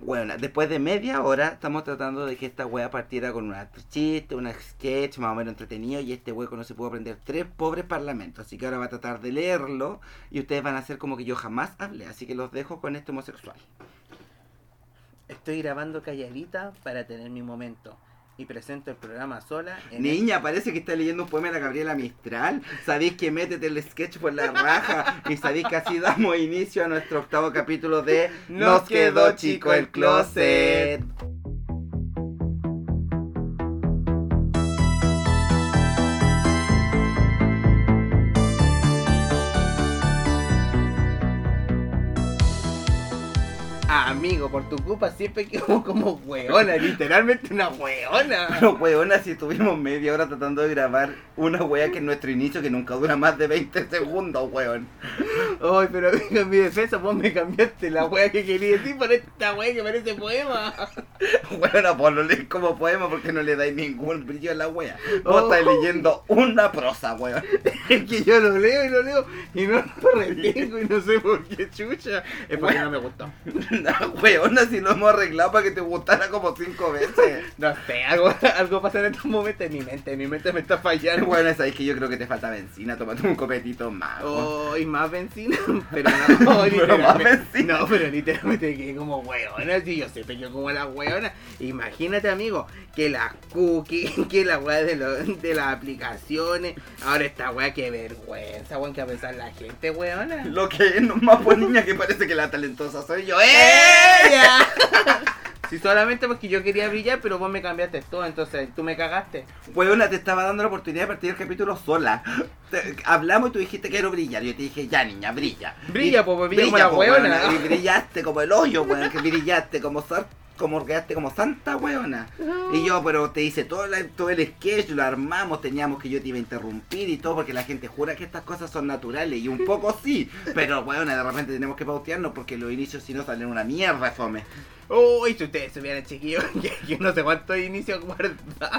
Bueno, después de media hora estamos tratando de que esta wea partiera con una chiste, una sketch más o menos entretenido y este hueco no se pudo aprender tres pobres parlamentos. Así que ahora va a tratar de leerlo y ustedes van a hacer como que yo jamás hablé. Así que los dejo con este homosexual. Estoy grabando calladita para tener mi momento. Y presento el programa sola. en Niña, parece que está leyendo un poema de la Gabriela Mistral. Sabéis que métete el sketch por la raja. Y sabéis que así damos inicio a nuestro octavo capítulo de Nos quedó chico el closet. Ah, Amigo, por tu culpa siempre quedo como hueona, literalmente una hueona. Pero weona, si estuvimos media hora tratando de grabar una wea que es nuestro inicio que nunca dura más de 20 segundos, weón. Ay, pero amigo, en mi defensa vos me cambiaste la wea que quería decir por esta wea que parece poema. Weona, pues lo lees como poema porque no le dais ningún brillo a la wea. Vos Oh. estáis leyendo una prosa, weón. Es que yo lo leo y lo leo y no lo retengo y no sé por qué chucha. Es porque no me gustó. La weona, si lo hemos arreglado para que te gustara como cinco veces. No sé, algo, algo pasa en estos momentos en mi mente, mi mente me está fallando. Weona, sabéis que yo creo que te falta benzina, tomate un copetito más. weón. Oh, y más benzina, pero no, literalmente- más benzina. No, pero literalmente quedé como hueona, si yo siempre yo como la hueona. Imagínate, amigo, que las cookies, que la hueá de, lo- de las aplicaciones. Ahora esta hueá, qué vergüenza, hueón, que a pensar la gente, hueona. Lo que es nomás, pues niña, que parece que la talentosa soy yo. ¡Eh! ¡Ella! Si solamente porque yo quería brillar, pero vos me cambiaste todo, entonces tú me cagaste. Weona, te estaba dando la oportunidad de partir el capítulo sola. Te- hablamos y tú dijiste quiero brillar. Yo te dije, ya niña, brilla. Brilla, Y- po, brilla como la po, weona. Y brillaste como el hoyo, weón, que brillaste como sar- como quedaste como santa weona. Y yo, pero te hice todo, la- todo el sketch, lo armamos, teníamos que yo te iba a interrumpir y todo, porque la gente jura que estas cosas son naturales, y un poco sí, pero weona, de repente tenemos que pautearnos porque los inicios si no salen una mierda, fome. Uy, si ustedes subieran chiquillos, que yo no sé cuánto inicio guardado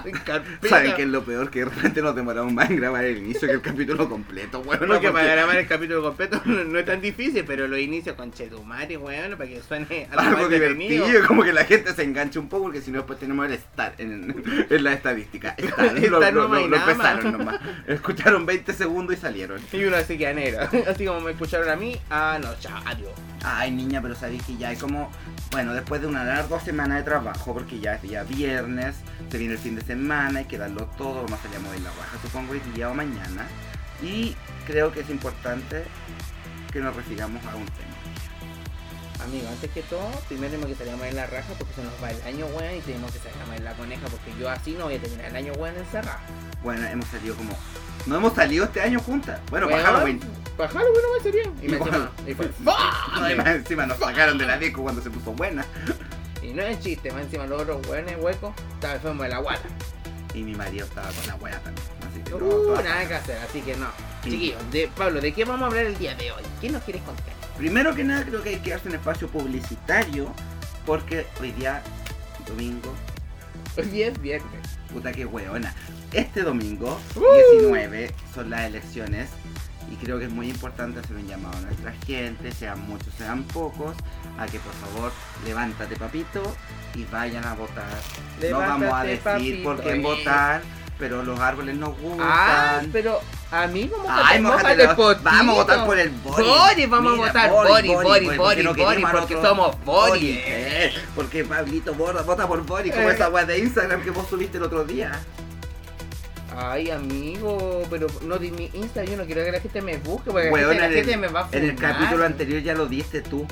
en carpeta. ¿Saben qué es lo peor? Que de repente nos demoramos más en grabar el inicio que el capítulo completo, weona. Porque para porque- grabar el capítulo completo no, no es tan difícil, pero lo inicio con Chetumare, weón, para que suene algo, algo más divertido, entretenido. como que la gente se enganche un poco, porque si no después tenemos el estar en, en la estadística. Estar, Estar lo, lo- nomás lo- y lo nada empezaron nomás. Escucharon 20 segundos y salieron. Y uno así que anera. Así como me escucharon a mí, ah, no, chao, adiós. Ay, niña, pero sabéis que ya es como, bueno, después de una larga semana de trabajo, porque ya es día viernes, se viene el fin de semana, hay que darlo todo, más salíamos de la baja, supongo, hoy día o mañana. Y creo que es importante que nos refiramos a un tema. Amigo, antes que todo, primero tenemos que salgamos en la raja porque se nos va el año, weón, y tenemos que salgamos en la coneja porque yo así no voy a terminar el año, weón, encerrado. Bueno, hemos salido como, no hemos salido este año juntas. Bueno, para Weón, Halloween. Para Halloween no sería. Y me Igual. encima, y fue, No, y ¡fuck! más encima nos sacaron de la disco cuando se puso buena. Y no es chiste, más encima los otros weones huecos, estaba enfermo de la guata. Y mi marido estaba con la buena también. Así que no, Uh, todas- nada que hacer, así que no. Sí. Chiquillos, de, Pablo, ¿de qué vamos a hablar el día de hoy? ¿Qué nos quieres contar? Primero que nada creo que hay que darse un espacio publicitario porque hoy día, domingo, Hoy es viernes. puta que hueona. Este domingo, Uh. 19, son las elecciones y creo que es muy importante hacer un llamado a nuestra gente, sean muchos, sean pocos, a que por favor levántate papito y vayan a votar. no vamos a decir por eh. quién votar, pero los árboles nos gustan. Ah, pero a mí vamos a Ay, mójate los- Vamos a votar por el Boris. Boris, vamos a votar Boris, Boris, pues, porque Boris, no queremos Boris, al porque otro somos Boris. eh, porque Pablito Borda vota por Boris, como Eh. esa weá de Instagram que vos subiste el otro día. Ay, amigo, pero no di mi Insta, yo no quiero que la gente me busque, porque Weón, la, gente, la en gente el- me va a fumar. En el capítulo anterior ya lo diste tú.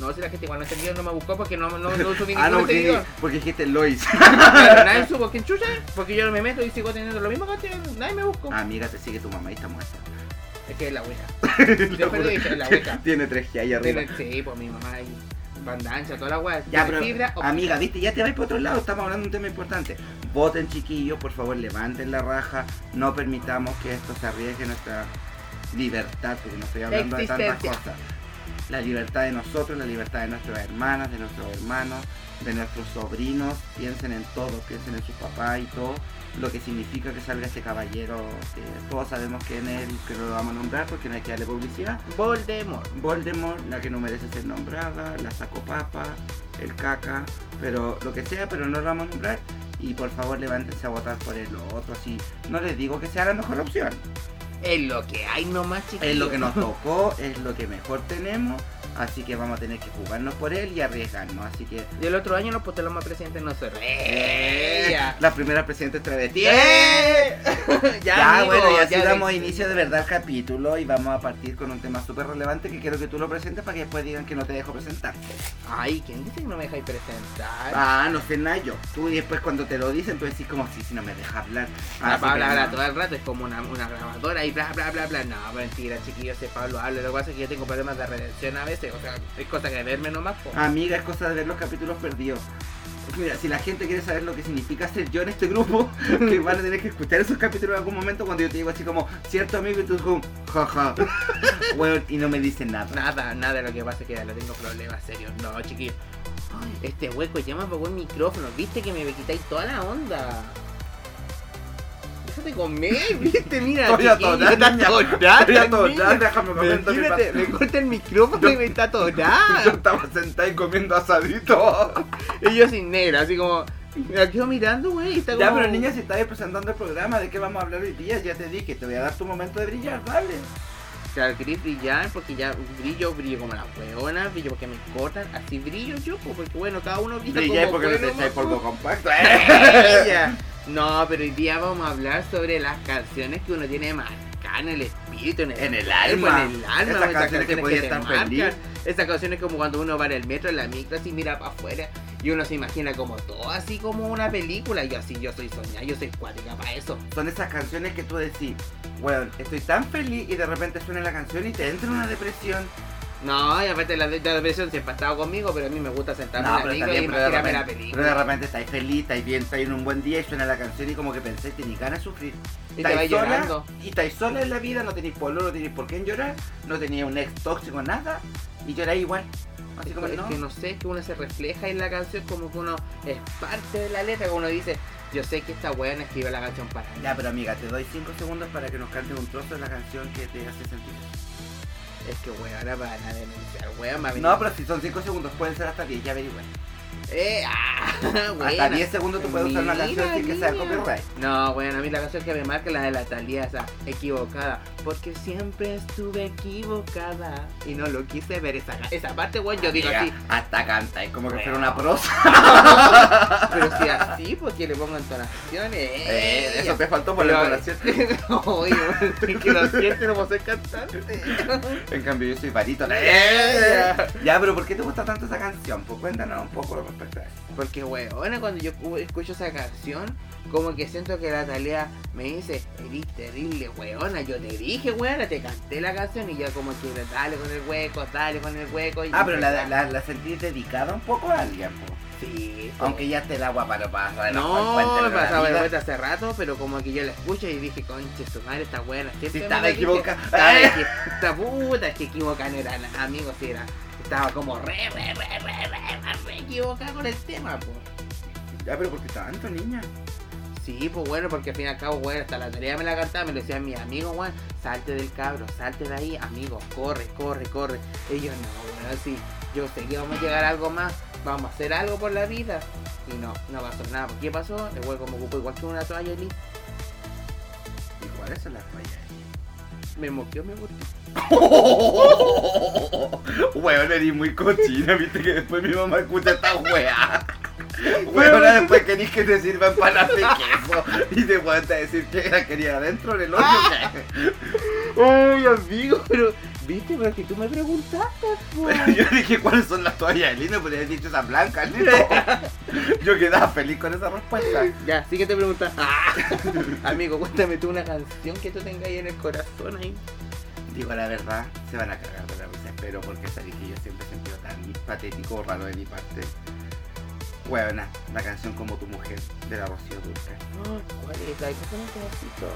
No, si la gente igual no entendió, no me buscó porque no, no, no subí ah, ningún no, que- seguidor. porque dijiste Lois. Claro, nadie supo quién chucha, porque yo no me meto y sigo teniendo lo mismo que antes, nadie me buscó. Amiga, te sigue tu mamá y está muerta. Es que es la hueca. Lo Siempre lo juro. he dicho, es la hueca. Tiene 3G ahí arriba. Tiene- Sí, pues mi mamá ahí. Banda ancha, toda la hueá. Ya, pero, fibra óptica. amiga, viste, ya te vais por otro lado, estamos hablando de un tema importante. Voten, chiquillos, por favor, levanten la raja, no permitamos que esto se arriesgue nuestra libertad, porque no estoy hablando de tantas Existencia. cosas. la libertad de nosotros, la libertad de nuestras hermanas, de nuestros hermanos, de nuestros sobrinos. Piensen en todos, piensen en sus papás y todo lo que significa que salga este caballero. que todos sabemos quién es, que no lo vamos a nombrar porque no hay que darle publicidad. Voldemort. Voldemort, la que no merece ser nombrada, la sacopapa, el caca, pero lo que sea, pero no lo vamos a nombrar. Y por favor levántense a votar por el otro, así. No les digo que sea la mejor opción. Es lo que hay nomás, chicos. Es lo que nos tocó, es lo que mejor tenemos, así que vamos a tener que jugarnos por él y arriesgarnos. Así que Y el otro año nos postulamos a presidente nosotros. ¡Eh! Ya. la primera presidenta es travesti. ¡Eh! ya, Ya, amigo, bueno, y así ya damos de- inicio de verdad al capítulo y vamos a partir con un tema súper relevante que quiero que tú lo presentes para que después digan que no te dejo presentar. Ay, ¿quién dice que no me dejáis presentar? Ah, no sé nada yo. Tú y después cuando te lo dicen, tú decís como si si no me deja hablar. Ah, Así Pablo que habla no. todo el rato, es como una, una grabadora y bla, bla, bla, bla. No, mentira, chiquillos, si Pablo habla. Lo que pasa es que yo tengo problemas de redención a veces, o sea, es cosa que verme nomás. po. Amiga, es cosa de ver los capítulos perdidos. Pues Mira, si la gente quiere saber lo que significa ser yo en este grupo, que van a tener que escuchar esos capítulos en algún momento cuando yo te digo así como, cierto amigo, y tú como, jaja, Weón, y no me dicen nada. Nada, nada, lo que pasa es que le tengo problemas serios. No, chiquillos. Ay, este hueco ya me apagó el micrófono, viste que me quitáis toda la onda. Déjate comer, viste, mira. Estoy chiquillo, atorada, está niña. atorada, Estoy atorada, niña. déjame comer todo mi Imagínate, pastel. me corta el micrófono y me está Yo atorada. estaba sentada y comiendo asadito. Y yo sin negra, así como. Me quedo mirando, güey. y Está Ya, como... pero niña, si estás presentando el programa, ¿de qué vamos a hablar hoy día? Ya te dije, te voy a dar tu momento de brillar, dale. Claro, queréis brillar porque ya brillo, brillo como las hueonas, brillo porque me cortan, así brillo yo, pues, porque bueno, cada uno brilla como puede, te echáis nomás, compacto. ¿eh? pues. Ella. No, pero hoy día vamos a hablar sobre las canciones que uno tiene marcadas en el espíritu, en el, En el cuerpo, alma. en el alma, Esas pues, canciones que podía te estar marcan. feliz. Esas canciones como cuando uno va en el metro, en la micro, así mira para afuera y uno se imagina como todo, así como una película. Yo así, yo soy soñada, yo soy cuática para eso. Son esas canciones que tú decís, bueno, estoy tan feliz y de repente suena la canción y te entra una depresión. No, y aparte la, la depresión siempre ha estado conmigo, pero a mí me gusta sentarme en la micro y pero de, imaginarme repente, pero la de película. repente estáis feliz, estáis bien, estáis en un buen día y suena la canción y como que pensáis, tenéis ganas de sufrir. Y te vas Estáis sola, llorando. Y estáis sola en la vida, no tenéis polvo, no tenéis por qué llorar, no tenéis un ex tóxico, nada, y lloráis igual. Así como, es no, que no sé, que uno se refleja en la canción como que uno es parte de la letra, como uno dice, yo sé que esta weá no escribió la canción para mí. Ya, pero amiga, te doy 5 segundos para que nos cantes un trozo de la canción que te hace sentir. Es que weá, ahora van a denunciar, weá, me va a venir- No, pero si son 5 segundos, pueden ser hasta 10, ya averigüen. Eh, ah, Hasta buena. 10 segundos tú puedes usar una Mira, canción sin que sea niña. copyright. No, bueno, a mí la canción que me marca es la de la Talía, esa equivocada. Porque siempre estuve equivocada. Y no lo quise ver esa, esa parte, weón, yo digo Amiga, así. Hasta canta, es como que Bueno. fuera una prosa. Pero si así, porque le pongo entonaciones. Eh, eso te faltó por la Pero- entonación. Oye, weón, que lo siente, no puedo ser cantante. En cambio, yo soy barítono. Eh. Ya, pero ¿por qué te gusta tanto esa canción? Pues cuéntanos un poco respecto a eso. Porque, weón, cuando yo cu- escucho esa canción, como que siento que la Talía me dice, eres terrible, weona. Yo te dije, weona, te canté la canción y ya como que dale con el hueco, dale con el hueco. y- Ah, pero la, la, la sentís dedicada un poco a alguien, po. Sí. Aunque ya te el agua para pasar. Oh. No, me pasaba la vuelta hace rato, pero como que yo la escucho y dije, conche, su madre está buena. Si Siempre me estaba lo dije. equivocada. Estaba equi- Esta puta, es que equivocada no era nada, amigos, era. Estaba como re, re, re, re, re, re equivocada con el tema, pues. Ya, pero ¿por qué tanto, niña? Sí, pues bueno, porque al fin y al cabo, bueno, hasta la tarea me la cantaba, me lo decían mis amigos, weón, salte del cabro, salte de ahí, amigo, corre, corre, corre. Y yo, no, bueno, sí, yo sé que vamos a llegar a algo más, vamos a hacer algo por la vida. Y no, no pasó nada. pues, ¿Qué pasó? El hueco me ocupó igual que una toalla y Igual eso las fallas. me moqueó, me gustó. Weón, eres muy cochina, viste que después mi mamá escucha esta weá. Weón, después querís que te sirvan panas de queso y te vuelta a decir que la quería adentro del hoyo. Uy, amigo, pero, viste, pero que tú me preguntaste, pues. Pero yo dije cuáles son las toallas de lino, pero habías dicho esa blanca, lino. Yo quedaba feliz con esa respuesta. Ya, sí que te preguntas. amigo, cuéntame tú una canción que tú tengas ahí en el corazón ahí. Digo la verdad, se van a cagar de la risa, espero, porque esa que yo siempre he sentido tan patético o raro de mi parte. Weona, la canción Como tu mujer de la Rocío Dulce. Ah, ¿Cuál es? La que tiene un pedacito.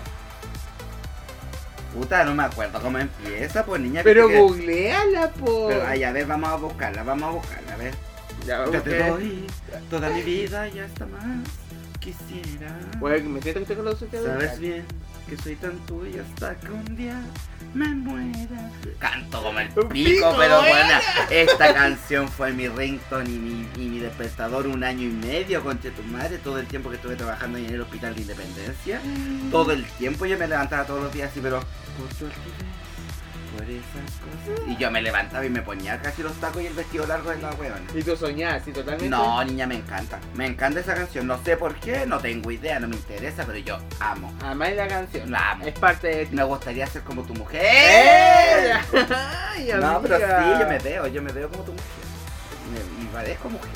Puta, no me acuerdo cómo empieza, pues niña. Pero viste que- googleala, po. Pero, ay, a ver, vamos a buscarla, vamos a buscarla, a ver. Ya, Ya busqué. te doy toda mi vida y hasta más quisiera. Güey, me siento que tengo los ojos. Sabes bien que soy tan tuya hasta que un día me muera. Canto como el pico, Un pico, ¿eh? pero buena. buena. Esta canción fue mi ringtone y mi, y mi despertador un año y medio, conche tu madre. Todo el tiempo que estuve trabajando en el hospital de independencia. Todo el tiempo yo me levantaba todos los días así, pero por tu altivez, por esas cosas. Y yo me levantaba y me ponía casi los tacos y el vestido largo de la huevona. Y tú soñás, sí, totalmente. No, niña, me encanta. Me encanta esa canción. No sé por qué, no tengo idea, no me interesa, pero yo amo. Además la canción. La amo. Es parte de ti. Me gustaría ser como tu mujer. ¡Eh! Ay, No, pero amiga. sí, yo me veo, yo me veo como tu mujer. Me, y parezco mujer.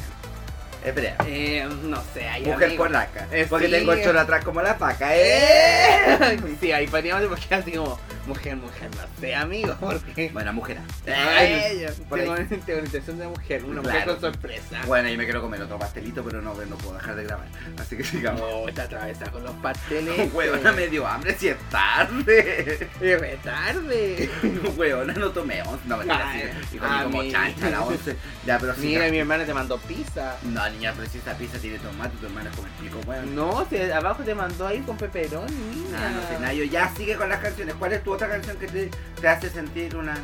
Es verdad. Eh, no sé, ahí Mujer amigo. polaca. Eh, porque sí. tengo el chorro atrás como la vaca. ¡Eh! ¡Eh! Sí, ahí poníamos porque así como, mujer, mujer, no sé, amigo, porque... Bueno, mujer. ¡Eh! Ay, yo por tengo ahí. tengo una intención de mujer, una Claro. mujer con sorpresa. Bueno, yo me quiero comer otro pastelito, pero no, no puedo dejar de grabar. Así que sigamos. Oh, está atravesada con los pasteles. Huevona, me dio hambre si es tarde. Y retarde. Huevona, no tomé once. No, mentira, Ay, sí. Y comí como amiga. chancha a la once. Ya, pero sí. Mira, mi hermana te mandó pizza. No, niña, pero si esta pizza tiene tomate, tu hermana come pico, weón. No, si abajo te mandó ahí con peperón, Ah, niña. no sé, Nayo, ya sigue con las canciones. ¿Cuál es tu otra canción que te, te hace sentir una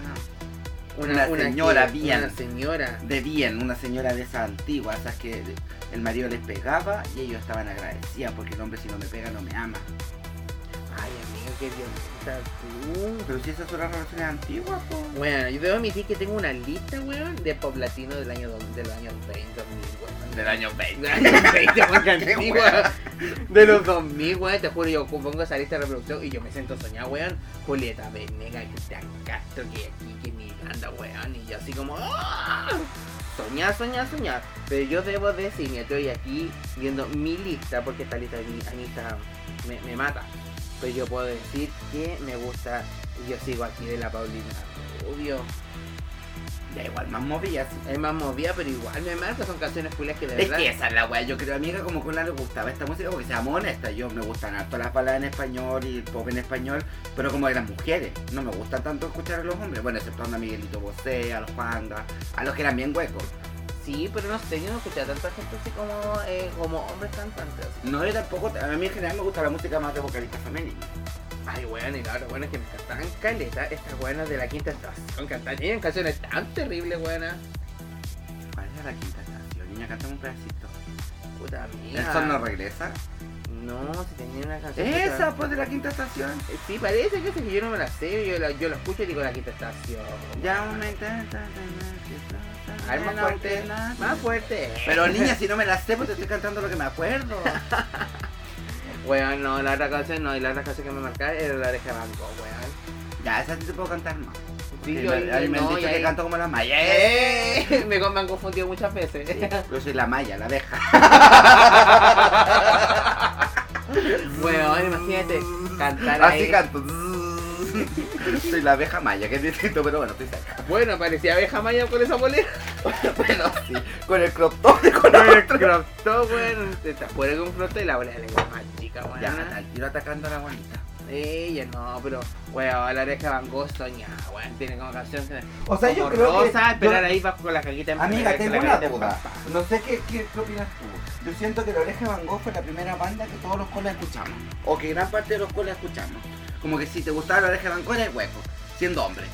Una señora que- bien. Una señora. de bien, una señora de esas antiguas, esas que el marido les pegaba y ellos estaban agradecidas porque el hombre si no me pega no me ama? Ay, amigo, qué violenta tú. Pero si esas son las relaciones antiguas, po. Bueno, yo debo admitir que tengo una lista, weón, de pop latino del año, do- del año 20, 2000, weón. Del año 20. Del año 20, weón, que Qué antigua. De los 2000, weón, te juro, yo pongo esa lista de reproducción y yo me siento soñada, weón. Julieta Venega, Cristian Castro, que aquí, que Miranda, weón. Y yo así como... ¡ah! Soñar, soñar, soñar. Pero yo debo decir, mira, estoy aquí viendo mi lista, porque esta lista de mi a mí está- me, me mata. Pero yo puedo decir que me gusta, y yo sigo aquí de la Paulina Rubio. Da igual, más movidas. Es más movida, pero igual me marca, son canciones culias que de Es verdad... que esa es la weá, yo creo, amiga, como que no le gustaba esta música, porque seamos honestas, yo me gustan harto las palabras en español y el pop en español, pero como de las mujeres, no me gusta tanto escuchar a los hombres, bueno, excepto a Miguelito Bosé, a los pandas, a los que eran bien huecos. Sí, pero no sé, yo no escuché a tanta gente así como, eh, como hombres cantantes. Así. No, yo tampoco, a mí en general me gusta la música más de vocalista femenina. Ay, weón, y la otra weón es que me cantaban caleta, estas weonas de la quinta estación cantaban. Tenían canciones tan terribles, weonas. ¿Cuál era la quinta estación? Niña, cantame un pedacito. Puta mía. ¿El sol no regresa? No, si tenía una canción. que Esa, pues, de la quinta estación. tra- Eh, Sí, parece que esa que yo no me la sé, yo la, yo la escucho y digo la quinta estación. Ya me intenta tener que estar- A ver, más no fuerte. tener- Más fuerte. Pero niña, si no me la sé, pues te estoy cantando lo que me acuerdo. Weón, no, la otra canción no, y la otra canción que me marcaba era la oreja de Van Gogh, weón. Ya, esa sí te puedo cantar más. Sí, Porque yo me, ahí ahí me han no, dicho y que ahí- canto como la Maya. ¡Eh! ¡Eh! Me, me han confundido muchas veces. Sí, yo soy la Maya, la abeja. Weón, imagínate cantar Así ahí. canto. soy la abeja Maya, que es distinto, pero bueno, estoy cerca. Bueno, parecía abeja maya con esa bolera. Bueno, sí, con el crop top de color. crop top, weón. Te estás fuera con un crop top y la bolera le queda más chica, weón. Ya, al tiro atacando a la bonita. Ella no, pero, weón, la oreja Van Gogh soñada, weón. Tiene como canción que. O como rosa, esperar ahí bajo con la caquita en Amiga, con tengo la una caquita en duda. papá. No sé qué, qué, qué opinas tú. Yo siento que La Oreja de Van Gogh fue la primera banda que todos los colas escuchamos. O que gran parte de los colas escuchamos. Como que si te gustaba La Oreja de Van Gogh era el hueco, siendo hombre.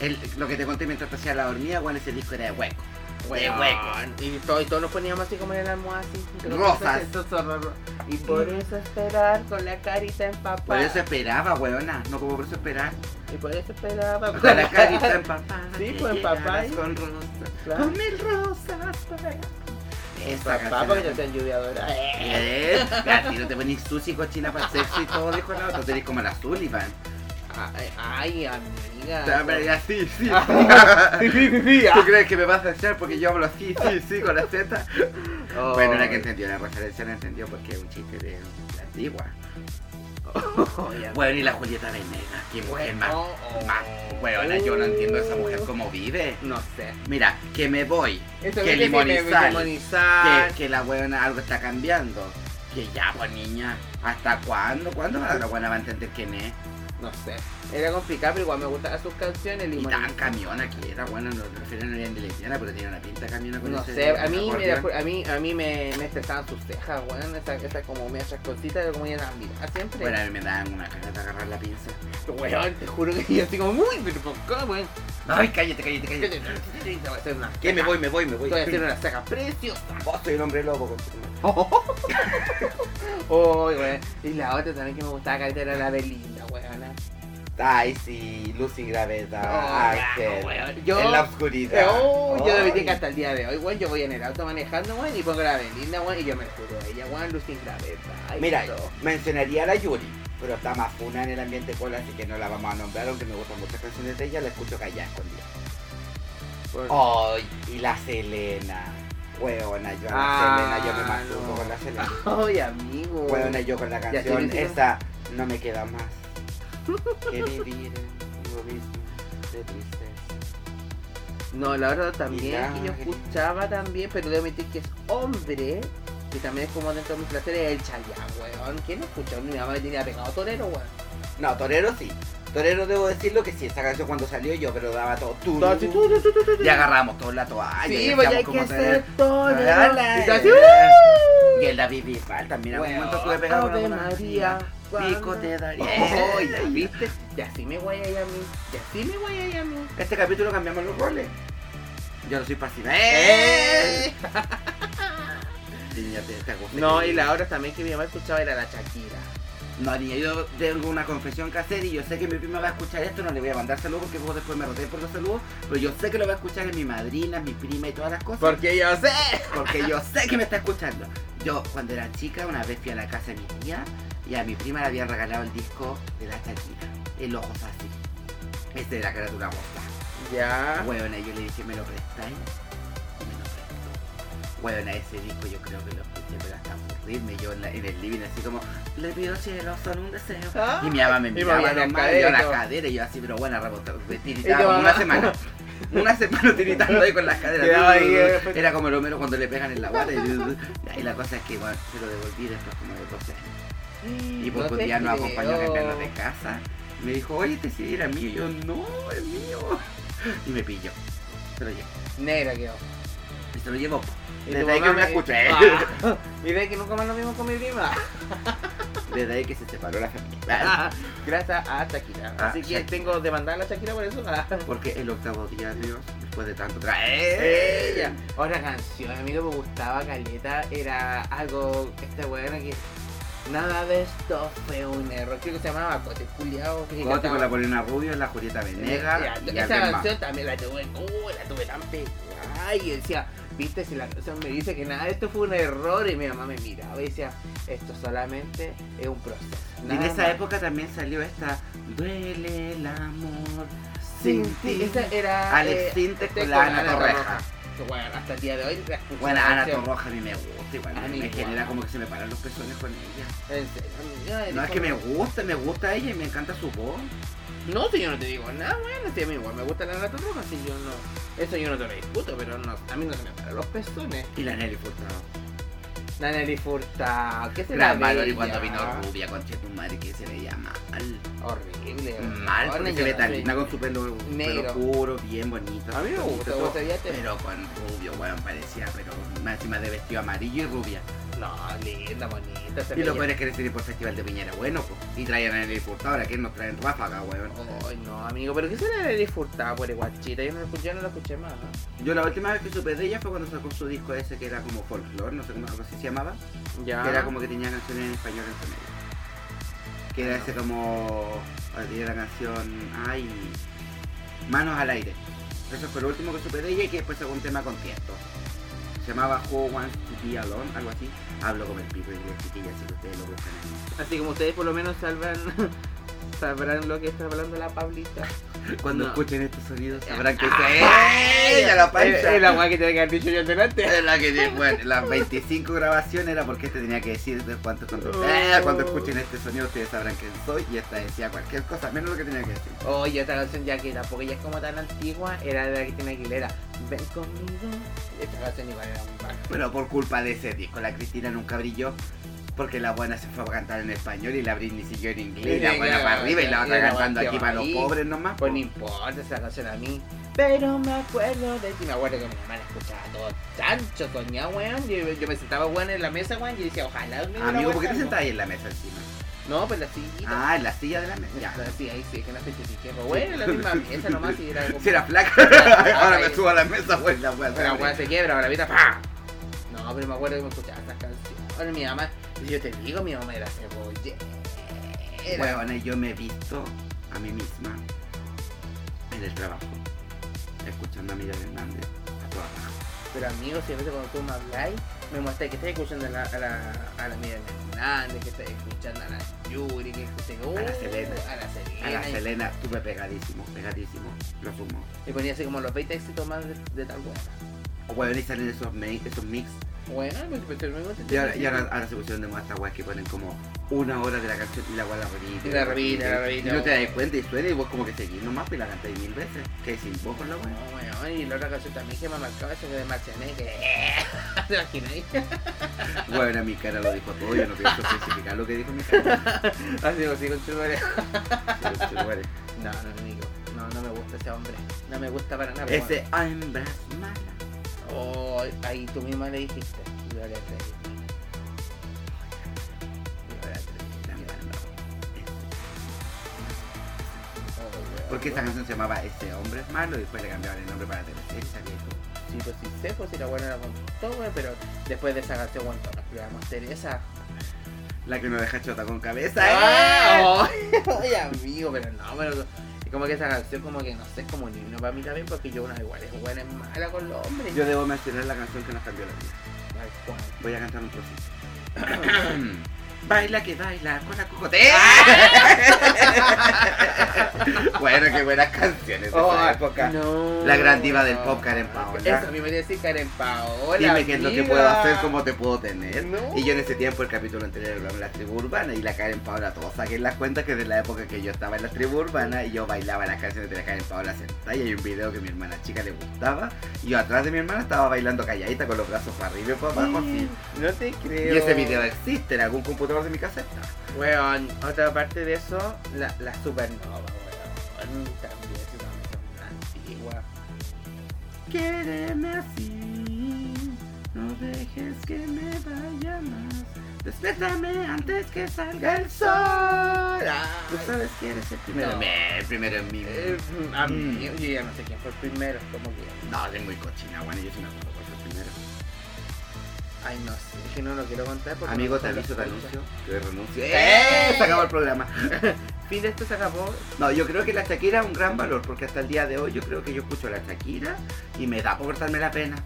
El- lo que te conté mientras te hacía la dormida, bueno, ese disco era de hueco. Weón. De hueco. Y todo- y todos nos poníamos así como en el almohada, así. Rosas. Esos zorros ro- Y por eso esperar con la carita empapada. Por eso esperaba, weona. No como por eso esperar. Y por eso esperaba Con la carita empapada. Sí, que pues, llegaras empapada. Con rosas. Claro. Con mil rosas. para- Esa Papá, canción porque era yo soy lluviadora. Eh, ya, si no te ponís sushi cochina para el sexo y todo, dijo la otra. Tenés como la Sullivan. eh, Ay, ay, amiga. Ya, pero ya, sí, sí. Sí, sí, sí, sí, ¿Tú ah. crees que me vas a hacer porque yo hablo así, sí, sí, con la Z? Bueno, la que entendió la referencia la entendió porque es un chiste de la antigua. Ay, amiga. Bueno, y la Julieta Venegas, qué mujer más. Oh, oh. Uh. más weona, Ah, yo no entiendo a esa mujer cómo vive. No sé. Mira, que me voy, Eso que es que me- limonizar, limonizar. que, que la weona algo está cambiando. Que ya, pues niña, ¿hasta cuándo? ¿Cuándo la buena va a entender quién es? No sé. Era complicado, pero igual me gustaban sus canciones. Y Limonita. tan camiona que era, bueno, no refiero no eran de lesbiana, pero tenía una pinta camiona con No pues, ese- sé, a mí, me, acordeón. a mí, a mí me, me estresaban sus cejas, weón. Esas esa como medias chascositas de como iban a mirar Ah, siempre. Bueno, a mí me daban una cagada de agarrar la pinza. Weón, te juro que yo así como, muy, pero ¿por qué, weón? Ay, cállate, cállate, cállate. Te voy a hacer una ¿Qué? Me voy, me voy, me voy. Te voy a hacer una ceja preciosa. Vos soy el hombre lobo. con tu- Oh, weón. Y la otra también que me gustaba caleta era la Belinda, weón. Ay, sí, luz y gravedad. Oh, Ángel, ya, weón. Yo- En la oscuridad. Oh, yo Ay. debería que hasta el día de hoy, weón, yo voy en el auto manejando, weón, y pongo la Belinda, weón, y yo me juro de ella, weón, luz sin gravedad. y Mira, todo. mencionaría a la Yuri, pero está más funa en el ambiente cola, así que no la vamos a nombrar, aunque me gustan muchas canciones de ella, la escucho callada escondida. Por- oh. Ay, y la Selena. Huevona, yo a la Selena, Ah, yo me masturbo no. con la Selena. Ay, amigo. Huevona, yo con la Ya, sí, canción sí, sí. esa, no me queda más que vivir en lo mismo de tristeza. No, la verdad también Mira. que yo escuchaba también, pero debo admitir que es hombre, que también es como dentro de mis placeres, es el Chayanne, weón. ¿Quién no escuchó? Mi mamá me tenía pegado torero, weón. No, Torero sí. Torero debo decirlo que sí, esa canción cuando salió yo, pero daba todo. tú, Todo así, tu, tu, tu, tu, tu, tu. Y agarramos toda la toalla. Sí, y pues hacíamos hay como que tener- ser torero. Ala, Y todo así, eh. ¡uh! Y el David Bisbal también algún Weón, momento estuve pegado Ave con alguna- María, Pico cuando- te daría. Oh, ya viste, y así me guayáis a mí, y así me guayáis a mí. Este capítulo cambiamos los roles. Yo no soy pasiva. ¡Eh! Niña, te, te acosté. No, y la otra también que mi mamá escuchaba era la Shakira. No, niña, yo tengo una confesión que hacer y yo sé que mi prima va a escuchar esto. No le voy a mandar saludos porque vos después me rodeé por los saludos. Pero yo sé que lo va a escuchar en mi madrina, mi prima y todas las cosas. Porque yo sé. Porque yo sé que me está escuchando. Yo, cuando era chica, una vez fui a la casa de mi tía y a mi prima le habían regalado el disco de la Shakira, El Ojos Así. Este de la carátula rosa. Ya. Huevona, yo le dije, ¿me lo prestáis? Y me lo prestó. Huevona, ese disco yo creo que lo escuché, pero hasta aburrirme yo en, la- en el living, así como, le pido cielo, solo un deseo. Ah. Y mi mamá me Y miraba movía la nomás, cadera y yo la todo. cadera y yo así, pero bueno, rebotar, Y tu tiritaba como mamá. una semana. Una semana tiritando ahí con las Quedaba caderas. ahí, eh. Era como el Homero cuando le pegan en la guata. Y, y la cosa es que bueno, se lo devolví después como de 12 años. Y pues, porque un te día nos creo. acompañó a cambiarnos de casa. Me dijo, oye, este CD era mío. Y yo, no, es mío. Y me pilló. Se lo llevó. Negra quedó. Y se lo llevó. Y Desde tu ahí que mamá no la escuché. Ah. Y de que nunca más lo mismo con mi prima. Desde ahí que se separó la familia. Ah, Gracias a Shakira. Ah, Así que Shakira. tengo demandada a la Shakira por eso. Ah. Porque el octavo día, Dios, después de tanto tra- Ella. Otra canción, a mí lo que me gustaba Caleta era algo, este weón aquí. Nada de esto fue un error. Creo que se llamaba Cote Culiao. que Cote con la cantaba- Polina Rubio, la Julieta Venegas Ya, y Eh, Esa alguien más. canción también la tuve, uh, la tuve tan pegada. Y yo decía, viste, si la canción me dice que nada, de esto fue un error. Y mi mamá me miraba y decía, esto solamente es un proceso. Y en nada esa más. época también salió esta Duele el amor Sin ti. Esa era. Alex eh, Sintek este, con la Ana Torroja. Que bueno, hasta el día de hoy la escucho Bueno, la Ana canción. Torroja a mí me gusta igual, A me, mí me igual. genera como que se me paran los pezones con ella. En serio, amiga, No es dijo, que me gusta, me gusta ella y me encanta su voz. No, si yo no te digo nada, bueno, si a mí igual me gusta la rata roja, si yo no. Eso yo no te lo discuto, pero no, a mí no se me paran los pezones. Y la Nelly Furtado. La Nelly Furtado, ¿qué se Gran la valor y veía? cuando vino rubia con tu madre que se veía mal. Horrible. Mal, Ahora porque yo se ve no tan sé. linda con su pelo, Negro. pelo puro, bien bonito. A mí me bonito gusta, todo. vos sabías te- Pero con rubio, bueno, parecía, pero más encima de vestido amarillo y rubia. No, linda, bonita. se Y lo veía- peor es que le sirve por festival de Piñera, bueno, pues. Y traían a Nelly Furtado, ahora que nos traen ráfaga, weón. Ay, no, amigo, pero ¿qué será la Nelly Furtado por guachita? Yo no la escuché, no la escuché más. Yo la última vez que supe de ella fue cuando sacó su disco ese que era como folklore, no sé cómo algo así se llamaba. Ya. Que era como que tenía canciones en español entre medio. Que era ese como. Tiene la canción. Ay. Manos al aire. Eso fue lo último que supe de ella y que después sacó un tema con Tiesto. Se llamaba Who Wants to Be Alone, algo así. Hablo con el pico y las chiquillas, si ustedes lo buscan ahí. Así como ustedes por lo menos sabrán, sabrán lo que está hablando la Pablita. Cuando No. escuchen estos sonidos sabrán que ¡Ah! es Eh, ella la pancha. Es la weá que te que haber dicho yo delante. Es la que te- bueno, las 25 grabaciones era porque te tenía que decir de cuánto cuánto. Eh, cuando escuchen este sonido ustedes sabrán quién soy y esta decía cualquier cosa, menos lo que tenía que decir. Oye, esta canción ya que tampoco ya es como tan antigua, era de la Cristina Aguilera. Ven conmigo. Esta canción igual era un bajo. Pero por culpa de ese disco, la Cristina nunca brilló. Porque la buena se fue a cantar en español y la Britney siguió en inglés. Y Y la buena la- para arriba y la otra y la cantando otra aquí para los ahí. pobres nomás. Pues no importa esa canción a mí. Pero me acuerdo de ti. Me acuerdo que mi mamá la escuchaba todo chancho, soñaba, weón. Yo, yo me sentaba, weón, en la mesa, weón, y decía, ojalá. me diera Amigo, ¿por qué te vuelta, sentás ahí en la mesa encima? No, No, pues la sillita. Ah, en la silla de la mesa. Ya, pues, Ya. sí, ahí sí, que no se chichique. Bueno, en la misma mesa nomás y era como... Si era flaca, ahora me subo a la mesa, pues la wea se Pero la abre. weá se quiebra, ahora mira, ¡pa! No, pero me acuerdo que me escuchaba esas canciones. Ahora mi mamá, yo te digo, mi mamá era cebollera. Huevona, yo me he visto a mí misma en el trabajo, escuchando a Miguel Hernández a toda raja. Pero amigos, si a veces cuando tú me habláis, me muestras que estás escuchando a la, a la, a la Miriam Hernández, que estás escuchando a la Yuri, que escuchas A la Selena. A la Selena. A la y- Selena estuve pegadísimo, pegadísimo, lo fumo. Y ponía así como los 20 éxitos más de, de tal weá. Huevona, y salen esos, me- esos mix. Bueno, me pensé lo mismo. Y ahora, y ahora, ahora se pusieron de moda estas weas que ponen como una hora de la canción y la wea la repite. Y la repite, la repite, Y no te weón. das cuenta y suena y vos como que seguís nomás y la cantáis mil veces. Que sin vos con la wea. No, bueno, y la otra canción también que me marcaba eso de Marcianeque. ¿Te imagináis? Huevona, mi cara lo dijo todo, yo no pienso especificar lo que dijo mi cara. Ah, Así, pues así con chupare. Pero, pero, bueno. No, no, amigo. No, no me gusta ese hombre. No me gusta para nada. Ese hembra mala. Oh, ahí tú misma le dijiste. Yo le atreví. Yo le atreví. Oh, weón. Porque esta canción se llamaba Ese hombre es malo y después le cambiaron el nombre para Teresa, ¿sabías tú? Sí, pues sí sé, pues si la buena la contó, weón, pero después de esa canción, bueno, nos privamos Teresa. La que no deja chota con cabeza. ¡Ah! ¡eh! Oh, ay, amigo, pero no, pero es como que esa canción como que no sé, es como un himno para mí también, porque yo una igual es buena, es mala con los hombres. Yo debo mencionar la canción que nos cambió la vida. Tal cual. Voy a cantar un trocito. baila que baila con la cocotea. bueno, qué buenas canciones de esa época. Oh, no. La gran diva del pop, Karen Paola. Eso, a mí me decir Karen Paola. Dime qué es lo que amiga. puedo hacer, cómo te puedo tener. No. Y yo en ese tiempo, el capítulo anterior hablaba de la tribu urbana y la Karen Paola, todos saquen las cuentas que de la época que yo estaba en la tribu urbana y yo bailaba las canciones de la Karen Paola sentada y hay un video que mi hermana chica le gustaba y yo atrás de mi hermana estaba bailando calladita con los brazos para arriba y para abajo así. No te creo. Y ese video existe en algún computador de mi casa. está. Weón, otra parte de eso, la, la supernova, weón. También, sí, también son una antigua. Quédeme así, no dejes que me vaya más. Despiértame antes que salga el sol. Tú Ay. sabes que eres el primero. No. Me- El primero en mí. Eh, a mí, Mm. yo ya no sé quién fue el primero, como que. No, es muy cochina, bueno, yo sí me acuerdo cuál fue el primero. Ay, no sé, es que no lo quiero contar porque. Amigo, no te son aviso, te las anuncio que renuncio. ¡Eh! ¡Eh! Se acabó el programa. fechas. Fin de esto se acabó. No, yo creo que la Shakira es un gran valor, porque hasta el día de hoy yo creo que yo escucho a la Shakira y me da por cortarme la pena.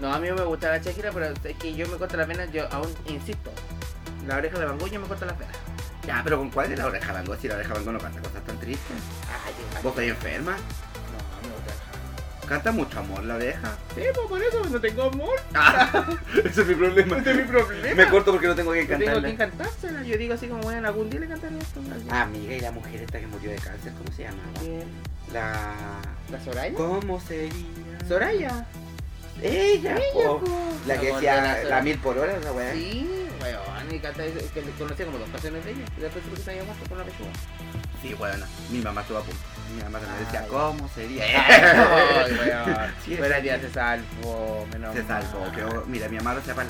No, a mí me gusta la Shakira, pero es que yo me corto las venas, yo aún insisto. La oreja de Van Gogh yo me corto las venas. Ya, pero ¿con cuál de la oreja Van Gogh? Si la oreja Van Gogh no canta cosas tan tristes. Ay, yo- ¿Vos estás enferma? No, me gusta la Canta mucho amor la oreja. Sí, pues por eso no tengo amor, ese es mi problema. no Este es mi problema. Me corto porque no tengo que Yo tengo que cantarla. encantársela. Yo digo así como, bueno, algún día le cantaré esto. ¿no? Ah, Amiga, y la mujer esta que murió de cáncer, ¿cómo se llamaba? Bien. La... ¿La Soraya? ¿Cómo sería? ¿Eh? ¿Soraya? Ella, po. po. La que La decía gorda, la ¿eh? la- mil por hora, esa weá. Sí, weón, y canta eso, que le conocía como dos canciones de ella. Y después creo que se había muerto por la pechuga. Sí, bueno, mi mamá estuvo a punto. Mi mamá también decía, Ay. ¿cómo sería? Ay, weón. Sí, Pero sí. ya se salvó, menos Se salvó, mal. creo. Mira, mi mamá lo sepa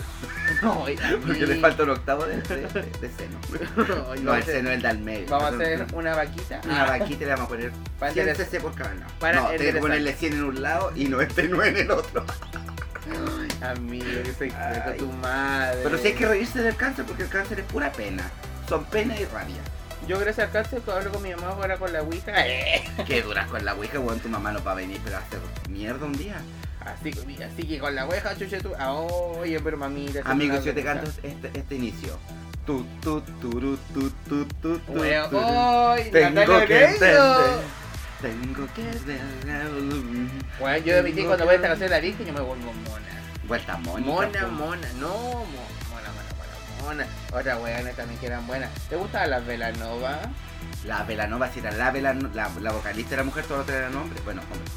No, porque le falta un octavo de, de, de seno. No, el vamos, a hacer, seno es el de al medio. Pues vamos a Entonces, hacer una vaquita. Ah, Una vaquita y le vamos a poner Para 100 enderezar. cc por cada lado. Para no, tenés que enderezar. ponerle 100 en un lado y 99 en el otro. Amigo, que soy Ay. con tu madre. Pero sí hay que reírse del cáncer porque el cáncer es pura pena. Son pena y rabia. Yo gracias al cáncer que hablo con mi mamá ahora con la ouija. eh, Qué duras con la ouija, weón. Tu mamá no va a venir, pero va a hacer mierda un día. Así, así que con la ouija, chuche tú. Ah, oye, pero mamita. eso Amigos, no yo te gusta. canto este, este inicio. Tu, tu, turu, tu, tu, tu, tu, Weón, turu. ¡ay! Tengo Natalia que Oreiro. entender. Tengo que ver. Weón, yo de mi tío Tengo cuando que- voy a esta canción de la Virgen yo me vuelvo mona. Vuelta mona. Mona, mona, no, mo- mona, mona, mona, mona. Otras weones también que eran buenas. ¿Te gustaban las Velanova? La Velanova, si era la Velanova, la, la vocalista era mujer, todos los tres eran hombres. Bueno, hombre.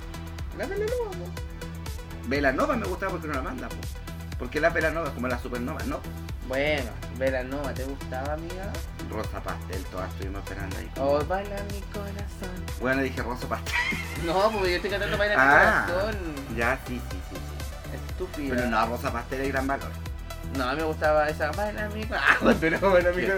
Las Velanova, po. Velanova me gustaba porque no la manda, po. Porque la velanova es como la supernova, ¿no? Bueno, Velanova, ¿te gustaba, amiga? Rosa pastel, todas estuvimos esperando ahí. Oh, baila mi corazón. Bueno, dije rosa pastel. No, porque yo estoy cantando baila Ah. mi corazón. Ya, sí, sí, sí. sí. Estúpida. Pero no, rosa pastel es gran valor. No, a mí me gustaba esa baila mi Ah, corazón. Pero bueno, mira.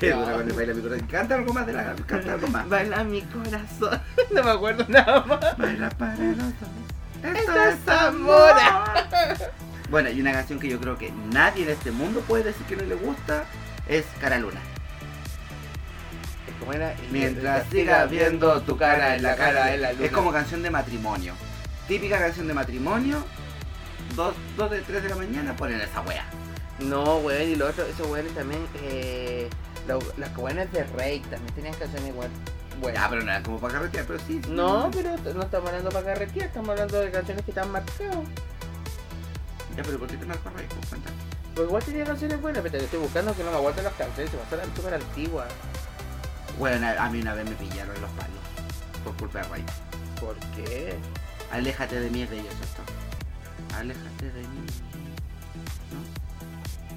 Qué No. duro con el baila mi corazón. Canta algo más de la canta algo más. Baila mi corazón. No me acuerdo nada más. Baila para los dos. Esto es amor. Bueno, y una canción que yo creo que nadie en este mundo puede decir que no le gusta es Cara Luna. ¿Cómo era? Y eh, Mientras sigas viendo tu cara en la cara de la luna. Es como canción de matrimonio. Típica canción de matrimonio. Dos, dos de tres de la mañana ponen esa wea. No, weón, y lo otro, esos weones también, eh, lo- las weones de Rey también tenían canciones igual. Ya, Bueno, pero no era como para carretear, pero sí. sí. no, pero t- no estamos hablando para carretera, estamos hablando de canciones que están marcadas. Ya, pero ¿por qué te marco rey? Pues, cuenta. Pues igual tenía canciones buenas, pero te lo estoy buscando que no me aguanten las canciones, se pasaron súper antiguas. Bueno, a a mí una vez me pillaron en los palos. Por culpa de Rey. ¿Por qué? Aléjate de mí es de ellos esto. Aléjate de mí.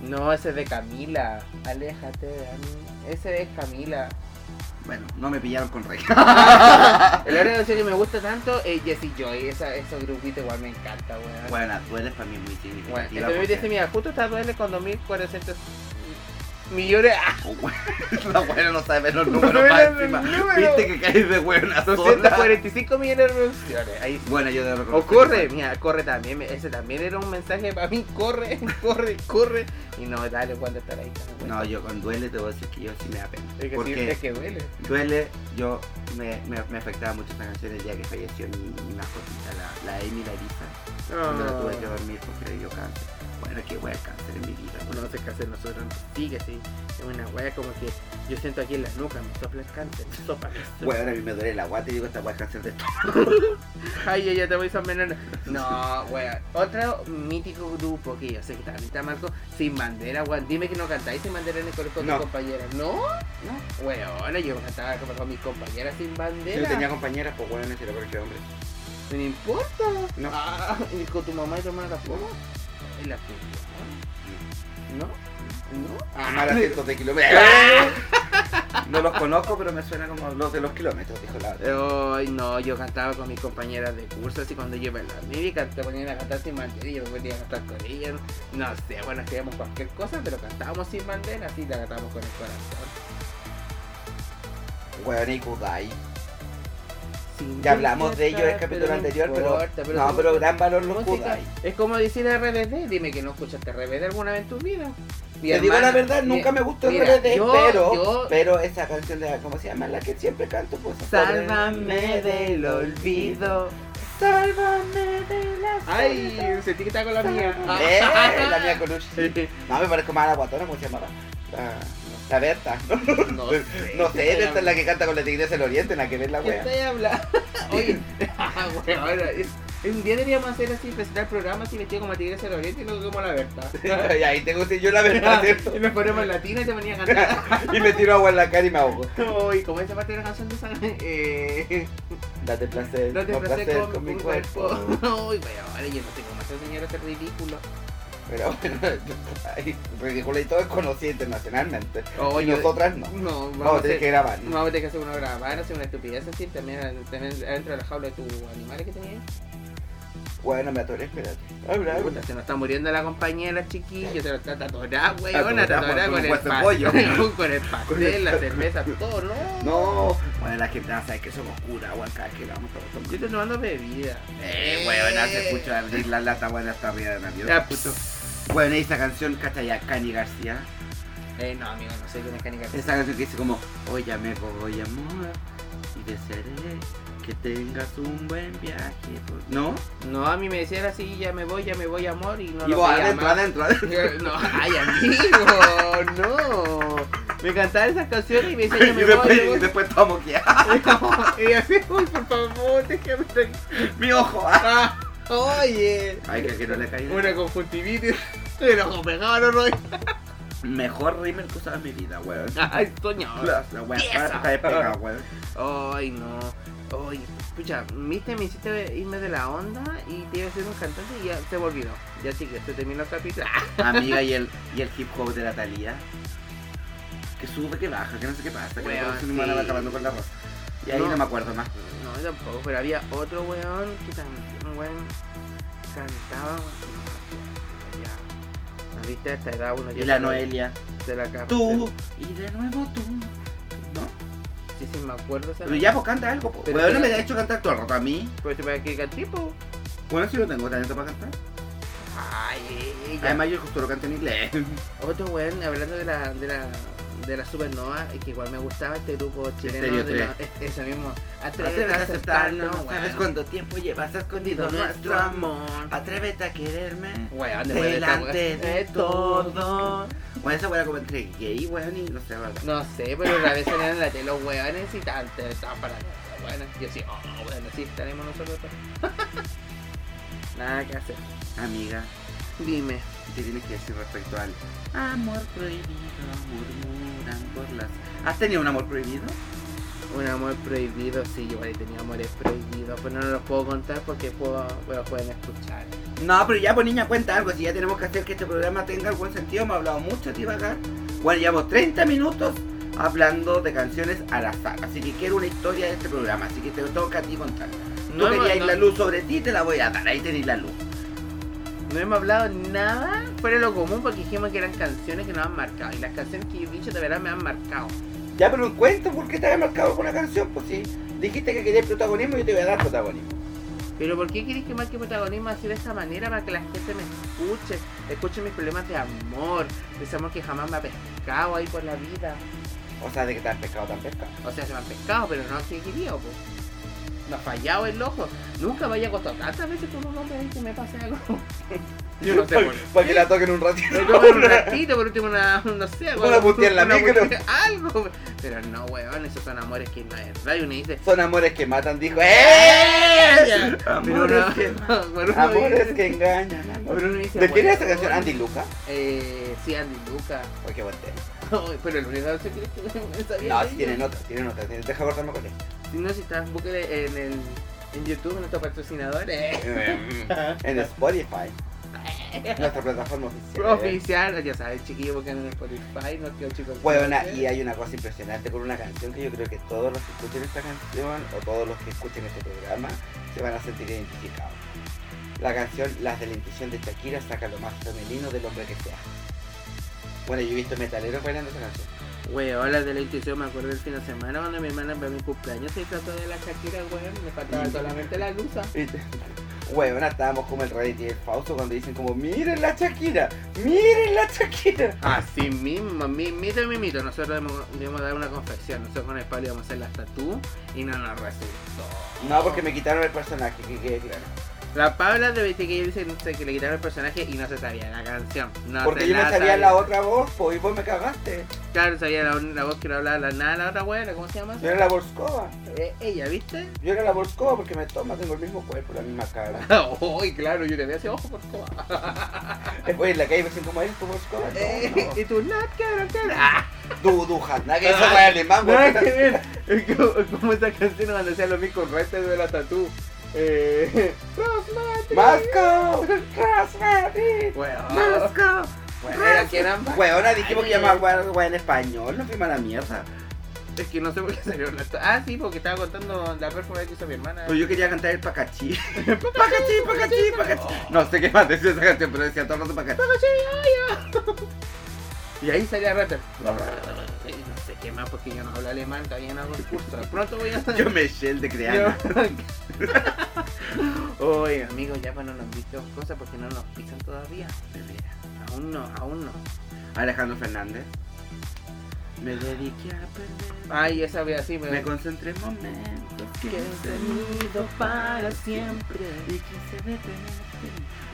No, ese es de Camila. Aléjate de mí. Ese es Camila. Bueno, no me pillaron con Rey. El área de canción que me gusta tanto es Jessie Joy. Esa, esos grupitos igual me encanta, weón. Bueno, bueno, tú eres para mí muy bueno, significativa. entonces me dice, porque- mira, justo está duele con 2.400 millones. ¡Ah! Oh, weón, La buena no sabe ver los No números sabe más ver encima. el número. Viste que caes de buena sola. 245 millones de revoluciones. Ahí sí. Bueno, yo debo O reconocer. corre, mira, corre también. me- Ese también era un mensaje para mí. Corre, corre, corre. Y no, dale, cuando estar ahí. que- No, yo con duele te voy a decir que yo sí me da pena. es que sí, porque es que duele. duele, yo me, me, me afectaba mucho esta canción el día que falleció mi, mi mascotita, la, la Amy, la Elisa. Cuando la tuve que dormir porque le dio cáncer. Bueno, qué wea cáncer en mi vida. Uno no se casa de nosotros, no sigue así. Es una wea como que yo siento aquí en las nucas, me sopla el cáncer, me sopla. me sopla. Bueno, a mí me duele la guata y digo, esta wea es cáncer de esto. Ay, ya te voy a menor. No, wea. Otro mítico grupo que yo sé que también está marco, Sin Bandera, weón. Dime que no cantáis Sin Bandera en el colegio con No. tus compañeras. ¿No? No. Weona, yo cantaba como con mis compañeras Sin Bandera. Yo tenía compañeras, pues bueno, ese era por qué hombre. No me importa. No. Ah, y con tu mamá y tu hermana tampoco. Y la puta. ¿No? ¿No? Amar Ah, a cientos de kilómetros. No los conozco, pero me suena como los de los kilómetros, dijo la otra. Ay, no, yo cantaba con mis compañeras de curso, así cuando yo iba en la mili, can- te ponían a cantar sin bandera y yo me ponía a cantar con ellas. No sé, bueno, hacíamos cualquier cosa, pero cantábamos sin bandera, así la cantábamos con el corazón. Weón y Kudai. Sin Ya hablamos de ello en el bandera, capítulo no anterior, pero. importa, No, somos pero gran valor los música. Kudai. Es como decir RBD, dime que no escuchaste RBD alguna vez en tu vida. Mi Te digo hermana- la verdad, mi- nunca me gustó el mira, RBD, yo- pero, yo- pero esa canción de, ¿cómo se llama? La que siempre canto, pues. Sálvame del olvido. Sálvame de la Ay, sentí que estaba con la mía. Eh, la mía Colucci. No, me parezco más a la guatona, ¿cómo se llamaba? La, la Berta. No No sé, Berta es la que canta con la Tigres del Oriente, en la que ves la ¿Qué wea. estáis hablando? Ah, Oye, ah, bueno, ahora, es- un día deberíamos hacer así, presentar programas y vestido como la tigresa del oriente y luego como la Berta. Ah, Y ahí tengo sí, yo la verdad, ¿cierto? y nos ponemos latina y te venía a cantar. Y me tiro agua en la cara y me ahogo. y como esa parte de la canción de esa... Eh, Date placer, no te no placer placer con mi cuerpo. Uy, bueno, ahora yo no sé cómo hacer señora, este ridículo. Pero bueno, ay, ridículo y todo es conocido internacionalmente. Oye, Y nosotras no. No, vamos, Vamos a a tener que hacer... grabar. Vamos a tener que hacer una grabar, hacer una estupidez así, también tener adentro de la jaula de tus animales que tenías. Bueno, me atoré, espérate. Habla, Puta, habla. se nos está muriendo la compañera, chiquillos. Se nos está atorada, weona. Atorada Atorada con un con el hueso de pastel. pollo. Con el pastel, la cerveza, todo, no. No, bueno, la gente va a saber que somos cura, weón, cada vez que vamos a Yo tomar. estoy tomando bebida. Eh, weón, se escucha abrir la lata, buena hasta arriba de la mierda. Ya, puto. Bueno, y esa canción, Cachaya, Cani García. Eh, no, amigo, no soy de mecánica. Esa canción que dice como, hoy ya me voy amor y desearé que tengas un buen viaje. por-". ¿No? No, a mí me decían así, ya me voy, ya me voy, amor. Y no y lo vos veía adentro, más. adentro, adentro. No, ay, amigo, no. Me cantaban esas canciones y me decían, ya Y me voy, después, y me voy. después todo moqueado. Y así, uy, por favor, déjame tranquilo. Mi ojo. ah. Ah, Oye. Ay, que, que no le caiga. Una conjuntivitis. El ojo pegado, no, no. Mejor rímel que usaba en mi vida, weón. Ay, soñador. La, la weón Pieza. está de pega, weón. Ay, no. Ay, escucha, viste, me hiciste irme de la onda y te iba a ser un cantante y ya se me olvidó. Ya sí que se terminó el capítulo. Ah, Amiga, y el, y el hip hop de la Thalía. Que sube, que baja, que no sé qué pasa. Que Weón, la próxima sí. la va acabando con la rosa. Y ahí No. no, me acuerdo más. No, tampoco, pero había otro weón que también, weón, cantaba. weón. Ya. ¿No viste? A esta edad uno Y ya la se la- Noelia. se la capta. Tú. Y de nuevo tú. ¿No? Sí, sí, me acuerdo esa Pero vez. ya pues canta algo. Pues. Pero Weón, no espérate. me ha hecho cantar todo el rato a mí. Pues para que tipo. Bueno, si yo tengo talento para cantar. Ay, ya. Además, yo justo lo canto en inglés. Otro weón, hablando de la, de la, de la supernova, es que igual me gustaba este grupo chileno. Estéreo de la- es- Eso mismo. Atrévete a aceptarlo, aceptarnos, ¿Sabes weón. cuánto tiempo llevas escondido Digo, nuestro amor? Atrévete a quererme. Weón, después de esta Delante weá- de todo. Bueno, esa weá era como entre gay, weón, y no sé, la verdad. No sé, pero la vez salían en la tele los weones y tal, te- estaban para Bueno, yo sí, oh, bueno, sí, estaremos nosotros. pues. Nada que hacer. Amiga, Dime. ¿qué tienes que decir respecto al amor prohibido? Murmuran por las. ¿Has tenido un amor prohibido? Un amor prohibido, sí, yo igual he tenido amores prohibidos, pero no los puedo contar porque puedo, bueno, pueden escuchar. No, pero ya, pues niña, cuenta algo. Si ya tenemos que hacer que este programa tenga algún sentido, me ha hablado mucho, Tibagar. Bueno, llevamos 30 minutos hablando de canciones al azar. Así que quiero una historia de este programa. Así que te toca a ti contar. Tú No, querías no. la luz sobre ti, te la voy a dar. Ahí tenéis la luz. No hemos hablado nada fuera de lo común porque dijimos que eran canciones que nos han marcado. Y las canciones que yo he dicho de verdad me han marcado. Ya, pero cuento por qué te había marcado con la canción. Pues sí, dijiste que querías protagonismo, yo te voy a dar protagonismo. Pero ¿por qué queréis que marque protagonismo así de esta manera para que la gente me escuche? Escuche mis problemas de amor, de ese amor que jamás me ha pescado ahí por la vida. O sea, de que te has pescado tan pescado. O sea, se me han pescado, pero no así querido, pues. No ha fallado el ojo. Nunca me haya costado tantas veces con un hombre ahí que me pase algo. Yo no sé por qué. Para que la toquen un ratito. Me toman un ratito, por último una, no sé, Una weón, puteada en la micro. puteada, algo. Pero no, weón, esos son amores que no es verdad. Y uno dice, Son amores que matan, dijo. ¡Eh! Pero Amores no, que bueno, uno Amores dice- que engañan. amor. Pero uno dice, ¿De quién era esa weón, canción? ¿Andy Luca? Eh, sí, Andy Luca. Oye, qué buen tema. Ay, pero el único canción que me sabía No, de si tienen ellos. otra, tienen otra. tienen- Deja cortarme con esto. No, si estás, búsquele en el... En YouTube, eh, en nuestros patrocinadores. En Spotify. Nuestra plataforma oficial. Oficial, ya sabes, chiquillo, porque en el Spotify no tío chicos. Huevona, y hay una cosa impresionante con una canción que yo creo que todos los que escuchen esta canción o todos los que escuchen este programa se van a sentir identificados. La canción Las de la intuición de Shakira saca lo más femenino del hombre que sea. Bueno, yo he visto metaleros bailando esa canción. Weón, la de la intuición, me acuerdo del fin de semana cuando mi hermana para mi cumpleaños se trató de la Shakira, weón, me faltaba solamente la luza. Y- Huevona, estábamos como el Reddit y el Fausto cuando dicen como miren la Shakira, miren la Shakira. Así mismo, mi, mito y mi mito, nosotros debemos, debemos dar una confesión, nosotros con el palo íbamos a hacer la tatú y no nos resultó. No, porque me quitaron el personaje, que quede claro. La Paula de Betty que dice no sé, que le quitaron el personaje y no se sabía la canción. No Porque se yo me la sabía la otra voz, po, y vos me cagaste. Claro, sabía la, la voz que no hablaba la nada, la otra weón, ¿cómo se llama? Yo era la Borscova. Eh, ella, ¿viste? Yo era la Borscova porque me toma, tengo el mismo cuerpo, la misma cara. Uy, claro, yo le vi así, ojo por favor. Después en la calle me dicen, ¿cómo eres tu Borscova? Eh, Y tú, no, cabrón, cabrón. Du, du, nada que eso fue Ah, alemán, güey. Nada que ver. Es como, como esa canción cuando hacía lo mismo con Rete de la Tatú. Eh. Rosemary. ¡Masco! ¡Rasmati! Weón. ¡Masco! Bueno, era que eran. Weona, dijimos que llamaba güey en español, no fui mala mierda. Es que no sé por qué salió la. Ah, sí, porque estaba contando la performance que hizo mi hermana. Pero yo quería cantar el Pacachí. Pacachí, Pacachí, Pacachí. Oh. No sé qué más decía esa canción, pero decía todo el rato Pacachí. Y ahí salía Rete. Y No sé qué más, porque yo no hablo alemán, todavía no hago el curso. Pronto voy a hacer. Yo me eché el de creana. Oye, amigos, ya para no nos visto cosas porque no nos pisan todavía. Aún no, aún no. Alejandro Fernández. Me dediqué a perder. Ay, esa vez así me. Me concentré en momentos que se- para siempre. y quise detenerte.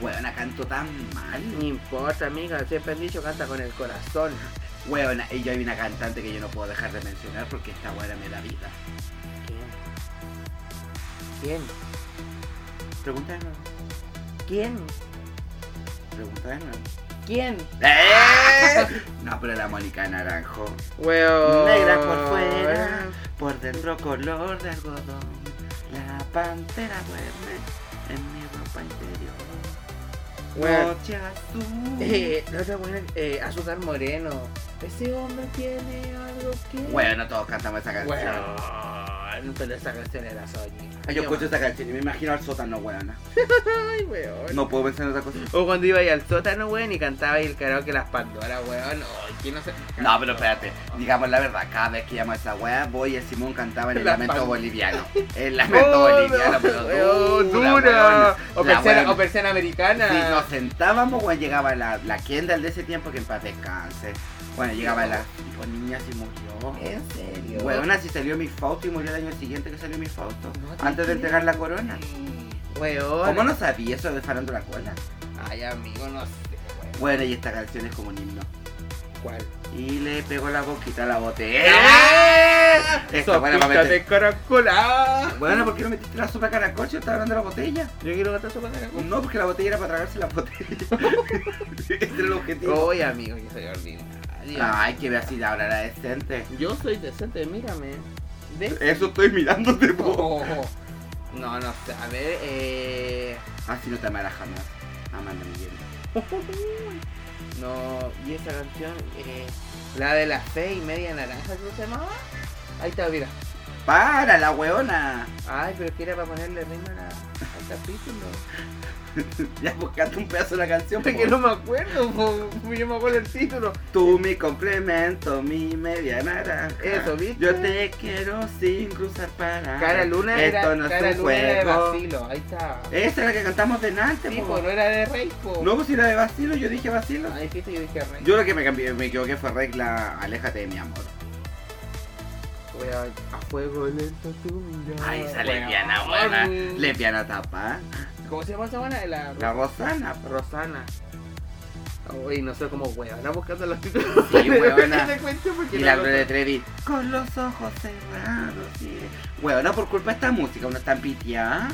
Weona, canto tan No mal. importa, amiga, siempre han dicho canta con el corazón. Weona, y yo hay una cantante que yo no puedo dejar de mencionar porque esta weona me da vida. ¿Quién? ¿Quién? Pregunta de nuevo. ¿Quién? Pregunta de nuevo. ¿Quién? ¡Eh! No, pero la Mónica Naranjo. Weón. Negra por fuera, por dentro color de algodón. La pantera duerme en mi ropa interior. Weón. Noche azul. Eh, la otra buena, eh, Azúcar Moreno. Ese hombre tiene algo que. Bueno, todos cantamos esa canción. Weón, pero esa canción era soñada. Yo escucho esa canción y me imagino al sótano, weón. Ay, weón. No puedo pensar en otra cosa. O cuando iba ahí al sótano, weón, y cantaba ahí el karaoke las Pandora, weón. Ay, que no se... No, pero espérate, digamos la verdad, cada vez que llamo a esa weá, voy y el Simón cantaba en el La lamento pan- boliviano. El lamento boliviano, pero weón, dura, Oh, dura. weón. O La persiana, weá- o persiana americana. Si nos sentábamos, weón, llegaba la, la Kendall de ese tiempo que en paz descanse. Bueno, llegaba la tipo niña y murió. ¿En serio? Weón, así salió mi foto y murió el año siguiente que salió mi foto. No te Antes de creo. entregar la corona. Weón. ¿Cómo no sabía eso de farándula cola? Ay, amigo, no sé, weón. Bueno, y esta canción es como un himno. ¿Cuál? Y le pegó la boquita a la ¡Eh! botella. ¡Ah! Esta buena va a Sopita meter. de caracola. Bueno, ¿por qué no metiste la sopa caracol si yo estaba hablando de la botella? Pues Yo quiero gastar sopa de caracol. No, porque la botella era para tragarse la botella. Ese era el objetivo. Oye, amigo, yo soy ordinario. Ay, que veas si ahora era decente. Yo soy decente, mírame. ¿Ves? Eso estoy mirándote, po. Oh. No, no sé. A ver, eh. Así no te amarás jamás. Amanda Miguel. No, y esa canción, eh, la de las seis y media naranja, ¿cómo se llamaba? Ahí está, mira. ¡Para, la weona! Ay, pero que era para ponerle rima a la- al capítulo. Ya buscaste un pedazo de la canción. po. Porque no me acuerdo, po, yo me acuerdo el título. Tú mi complemento, mi media naranja. Eso, ¿viste? Yo te quiero sin cruzar para. Ah, Cara Luna Esto era, no es cara un Luna era de juego. vacilo, ahí está. Esa es la que cantamos delante, po. Sí, Este, po, no era de rey, po. No, pues si era de vacilo, yo dije vacilo. Ahí viste, yo dije rey. Yo lo que me cambié, me equivoqué fue regla, aléjate de mi amor. Voy a, a fuego lento tu mirada. Ay, esa Bueno, lesbiana, buena. mm. Lesbiana tapa. ¿Cómo se llama esa buena? La, La Rosana. Rosana. Uy, no sé cómo huevona buscando los títulos. Sí, huevona. Te cuento porque Y no la lo Gloria sé. Trevi. Con los ojos cerrados. sí. Huevona, por culpa de esta música, uno está en pitiá.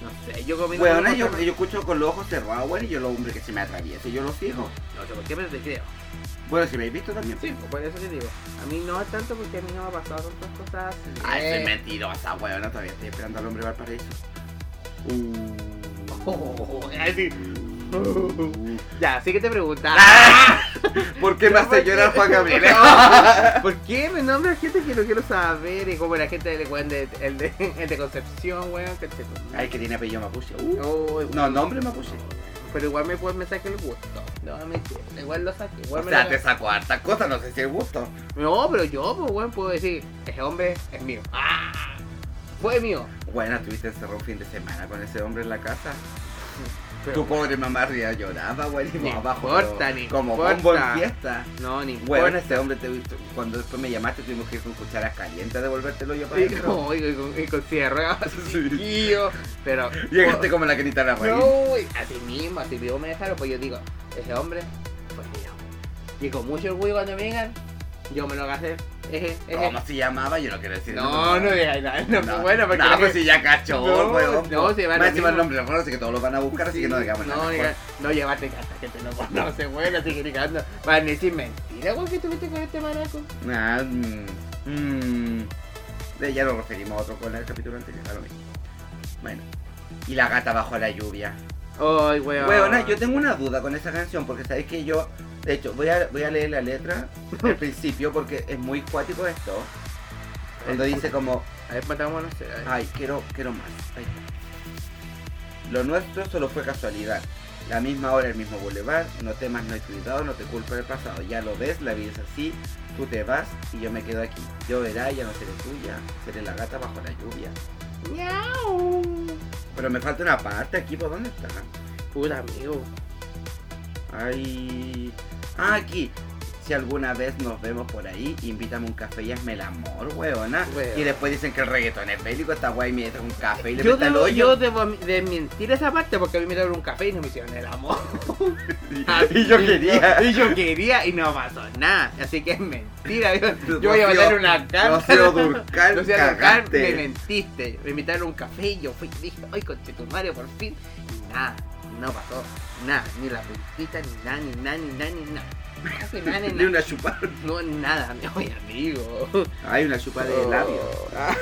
No sé, yo comí Huevona, yo, yo escucho con los ojos cerrados, weón, y yo lo hombre que se me atraviesa, y yo lo sigo. No sé por qué, pero te creo. Bueno, si me habéis visto también. Sí, pues, por eso te digo. A mí no es tanto porque a mí no me ha pasado tantas cosas. así. Ay, soy Eh, mentirosa, huevona, todavía estoy esperando al hombre Valparaíso. Uh. Oh, ay, sí. Uh. Ya, sí que te preguntas. Ah, ¿Por qué me hace llorar Juan Gabriel? ¿Por qué me nombra gente que no quiero saber? Y como la gente del weón de, el de, el de Concepción, weón, que te Ay, que tiene apellido mapuche. Uh. Oh, No, nombre mapuche. Pero igual me, puede, me saqué el gusto. No, me, igual lo saqué. Igual O me sea, lo- te sacó harta cosa, no sé si es gusto. No, pero yo, pues, weón, puedo decir, ese hombre es mío. ¡Ah! Fue mío. Bueno, estuviste encerrado un fin de semana con ese hombre en la casa. Pero, tu pobre mamá ría lloraba, güey, y Ni vos abajo. importa, pero ni como importa. bombo en fiesta. no, ni Bueno, bueno. ese hombre te visto. Cuando después me llamaste, tuvimos que ir con cucharas calientes a devolvértelo yo para Y, adentro. no, y, con- y con silla de ruedas, así, Sí. chiquillo, pero... Llegaste como la quinita a la raíz. No, y así mismo, así mismo me dejaron, pues yo digo, ese hombre fue mío. Y con mucho orgullo cuando me digan, yo me lo gasté. Eje, eje. ¿Cómo se llamaba? Yo no quiero decir eh. No, no digas nada, no, fue bueno, porque... No, pues si ya cachó, No, weón. no, po. si va lo Más encima el mismo. nombre raro, así que todos lo van a buscar, así que no digamos no, nada. diga- no llevarte hasta que te lo conoce, bueno, así que digando, van a decir mentira, güey, que estuviste con este maraco. Ah, mm, mm. Eh, ya lo referimos a otro con el capítulo anterior, a lo mismo. Bueno. Y la gata bajo la lluvia. Ay, weón. Weona, yo tengo una duda con esa canción, porque sabéis que yo, de hecho, voy a, voy a leer la letra al principio porque es muy cuático esto. Cuando dice como, Ah. A ver, matámonos. a ver. ay, quiero, quiero más. ay. Lo nuestro solo fue casualidad. La misma hora, el mismo bulevar, no temas, no hay cuidado, no te culpa del pasado. Ya lo ves, la vida es así, tú te vas y yo me quedo aquí. Yo verá, ya no seré tuya, seré la gata bajo la lluvia. Miau. Pero me falta una parte aquí, ¿por dónde está? Puta amigo. Ay. Ah, aquí. Si alguna vez nos vemos por ahí, invítame un café y hazme el amor, weona. Weón. Y después dicen que el reggaetón es bélico, esta guay me trae un café y le Yo mete al debo, yo hoyo. debo desmentir esa parte porque a mí me dieron un café y no me hicieron el amor. y yo quería. Y yo quería y no pasó nada. Así que es mentira. Yo, yo voy Rocío- a mandar una carta. Rocío Durcal, Rocío Durcal, cagaste. me mentiste. Me invitaron a un café y yo fui y dije, ay, con Mario, por fin. Y nada, no pasó nada. Ni la puntita, ni nada, ni nada, ni nada, ni nada. Casi nada, De nada. una chupada. No, nada, me voy, amigo. Hay una chupada de labios. Ah,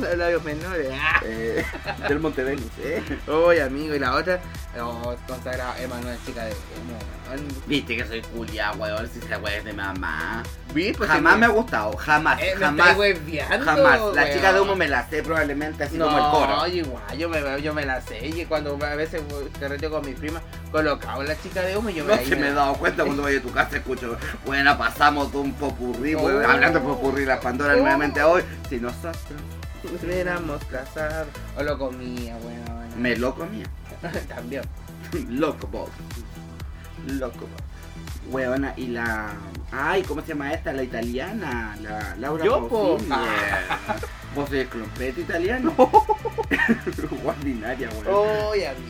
los labios menores. Ah. Eh, del Montevenus, eh. Oye, amigo, y la otra, oh, consagrado Emanuel, chica de humo, weón. Viste que soy culia, weón, si esa weá es de mamá. Vi, pues, Jamás si me ha gustado, jamás, eh, me jamás. estáis hueveando, Jamás. La weón. chica de humo me la sé probablemente así no, como el coro. yo igual, yo me, yo me la sé. Y cuando a veces we- carreteo con mis primas, colocaba la chica de humo y yo No me la se me he dado cuenta cuando voy a tu casa escucho, bueno, pasamos de un popurrí, weón, Oh. hablando de popurrí las Pandora Oh. nuevamente hoy, si nosotros Éramos casados. O lo comía, weón. me lo comía. También. Loco Bob. Loco Bob. Weona, y la. Ay, ¿cómo se llama esta? La italiana. La Laura Yo, po. Pausini. Vos sois clompete italiano. Ordinaria, weón. Oye, amigo,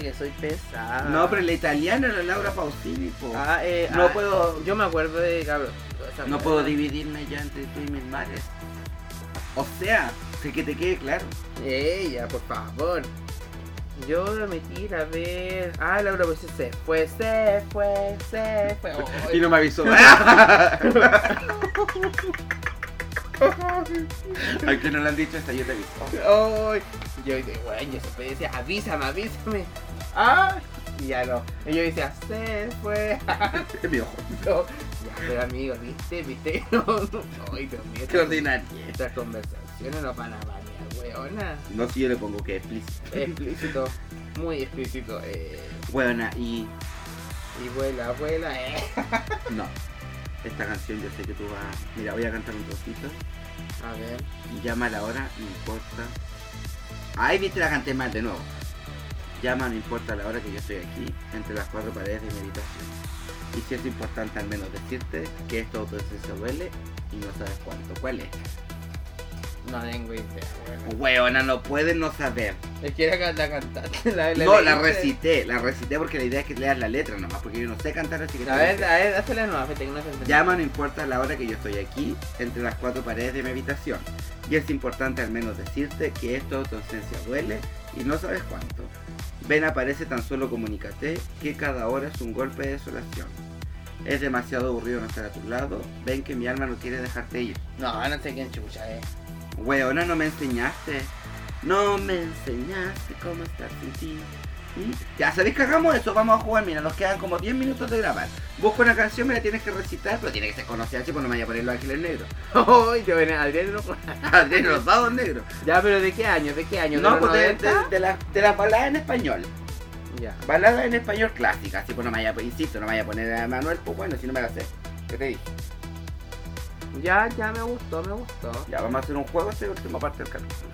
que soy pesada. No, pero la italiana era Laura Pausini, po. Ah, eh, No ah, puedo- Yo me acuerdo de cabrón. esa no weá. puedo dividirme ya entre tú y mis mares. O sea, que- que te quede claro. Ella, por favor. Yo me tira a ver. Ah, Laura pues se fue, se fue, se fue. Y no me avisó. Al que no le han dicho esta, yo te aviso. Ay, yo, dije, bueno, yo siempre decía, avísame, avísame. Ah, y ya no. Y yo decía, se fue. Es mi ojo. No. Ya, pero amigo, viste, viste. No, no, ay, Dios mío, Qué estas- ordinaria. Estas conversaciones no van a banear, weona. No, si yo le pongo que explícito. Explícito, muy explícito. Eh. Buena, y Y vuela, vuela, eh. no. Esta canción yo sé que tú vas. Mira, voy a cantar un trocito. A ver. Llama a la hora, no importa. Ay, viste, la canté mal de nuevo. Llama, no importa la hora que yo estoy aquí, entre las cuatro paredes de mi habitación. Y si es importante al menos decirte que esto se duele y no sabes cuánto huele. No tengo idea, weón. Hueona, no puedes no saber. Es que era can- la cantante. La, No, la leíste. recité, la recité porque la idea es que leas la letra nomás, porque yo no sé cantar así que te A la ver, sé. a ver, hazte la nueva, Fete, que no se entendió. Llama, no importa la hora que yo estoy aquí, entre las cuatro paredes de mi habitación. Y es importante al menos decirte que esto tu ausencia duele y no sabes cuánto. Ven, aparece tan solo comunícate que cada hora es un golpe de desolación. Es demasiado aburrido no estar a tu lado. Ven que mi alma no quiere dejarte ir. No, no sé quién chucha, eh. Weona, no me enseñaste. No me enseñaste cómo estar sin ti. ¿Mm? Ya sabéis que hagamos eso, vamos a jugar, mira, nos quedan como 10 minutos de grabar. Busco una canción, me la tienes que recitar, pero tiene que ser conocida, así, pues no me vaya a poner los ángeles negros. Ay, yo venía Adrián no Adrián, los dados negros. Ya, pero ¿de qué año? ¿De qué año? No, los pues de, 90? de- de las de las baladas en español. Ya. Baladas en español clásicas, así pues no me vaya, insisto, no me vaya a poner a Manuel, pues bueno, si no me la sé. ¿Qué te dije? Ya, ya me gustó, me gustó. Ya, vamos a hacer un juego, esta es la última parte del capítulo.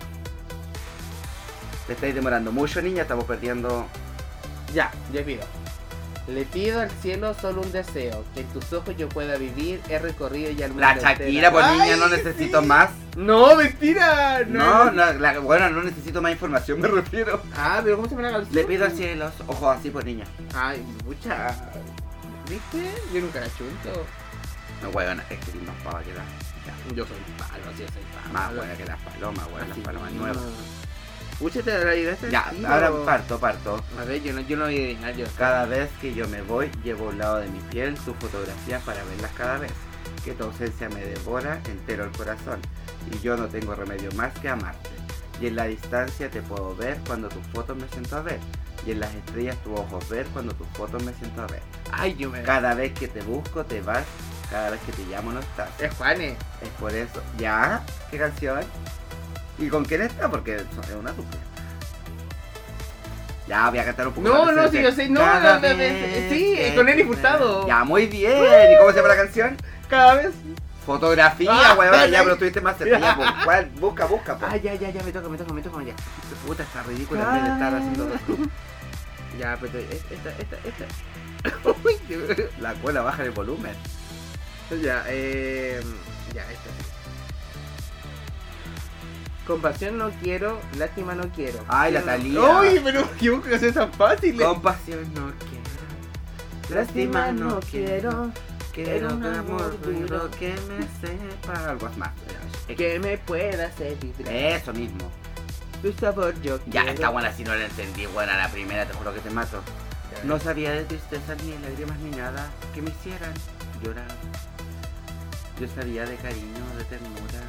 Te estáis demorando mucho, niña, estamos perdiendo... Ya, yo pido. Le pido al cielo solo un deseo, que en tus ojos yo pueda vivir, he recorrido ya el mundo. La Shakira, pues niña, Este, Ay, no necesito sí. más. No, mentira. No, no, la- bueno, no necesito más información, me refiero. Ah, pero ¿cómo se llama la canción? Le pido al cielo, los ojos así, pues niña. Ay, pucha. ¿Viste? Yo nunca la chunto. No, huevona, es que más pava que la. Yo soy palo, sí, soy palo. Más huevona que las palomas, huevona, las Así, palomas no. nuevas. Pucha, te la ayudaste. Ya, sí, ahora pero- parto, parto. A ver, yo no, yo no voy a adivinar yo. Cada vez que yo me voy, llevo a un lado de mi piel tus fotografías para verlas cada vez. Que tu ausencia me devora entero el corazón. Y yo no tengo remedio más que amarte. Y en la distancia te puedo ver cuando tus fotos me siento a ver. Y en las estrellas tus ojos ver cuando tus fotos me siento a ver. Ay, yo me. Cada vez que te busco, te vas. Cada vez que te llamo, no estás. Es Juanes. Es por eso. ¿Ya? ¿Qué canción? ¿Y con quién está? Porque eso es una dupla. Ya, voy a cantar un poco No, más no, decente. sí, yo sé, no, Cada no, no, no, vez sí, que con Nelly te- Furtado. Ya, muy bien. ¿Y cómo se llama la canción? Cada vez. Fotografía, Ah, weón. Ya, dale. pero estuviste más cerca. Ya, pues, ¿cuál? Busca, busca, pues. Ah, ya, ya, ya, me toca, me toca, me toca, ya. puta, está ridícula también estar haciendo dos cosas. Ya, pero es- esta, esta, esta. Uy, qué- La cola, baja el volumen. ya, eh. Ya, esta. sí. Compasión no quiero, lástima no quiero. Ay, la Quiero- Thalía. Ay, pero qué busca que tan fácil. Compasión no quiero. Lástima no quiero. Quiero Era un un amor amor duro duro. que me separa algo más. Que me pueda hacer vibrar. Eso mismo. Tu sabor yo Eh. Ya, quiero. está buena si no la entendí. Buena la primera, te juro que te mato. Ya, No sabía de tristezas ni lágrimas ni nada que me hicieran llorar. Yo sabía de cariño, de ternura,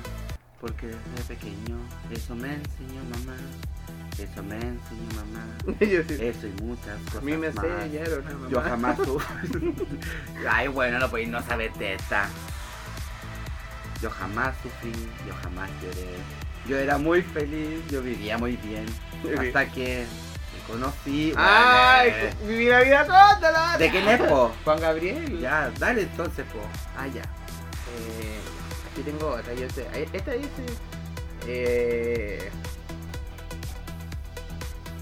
porque desde pequeño eso me enseñó mamá. Eso me enseñó mamá. Yo sí. Eso y muchas A cosas mí me más. enseñaron a Yo mamá. jamás sufrí. Ay, bueno, no podéis no saber de esta. Yo jamás sufrí, yo jamás lloré. Yo era muy feliz, yo vivía muy bien. Ok. Hasta que me conocí. ¡Ay! bueno, eh. ¡Viví la vida toda! ¿De qué nepo? Juan Gabriel. Ya, dale entonces, po. Ah, ya. Eh, aquí tengo otra, yo sé. Ahí- Esta dice. Eh,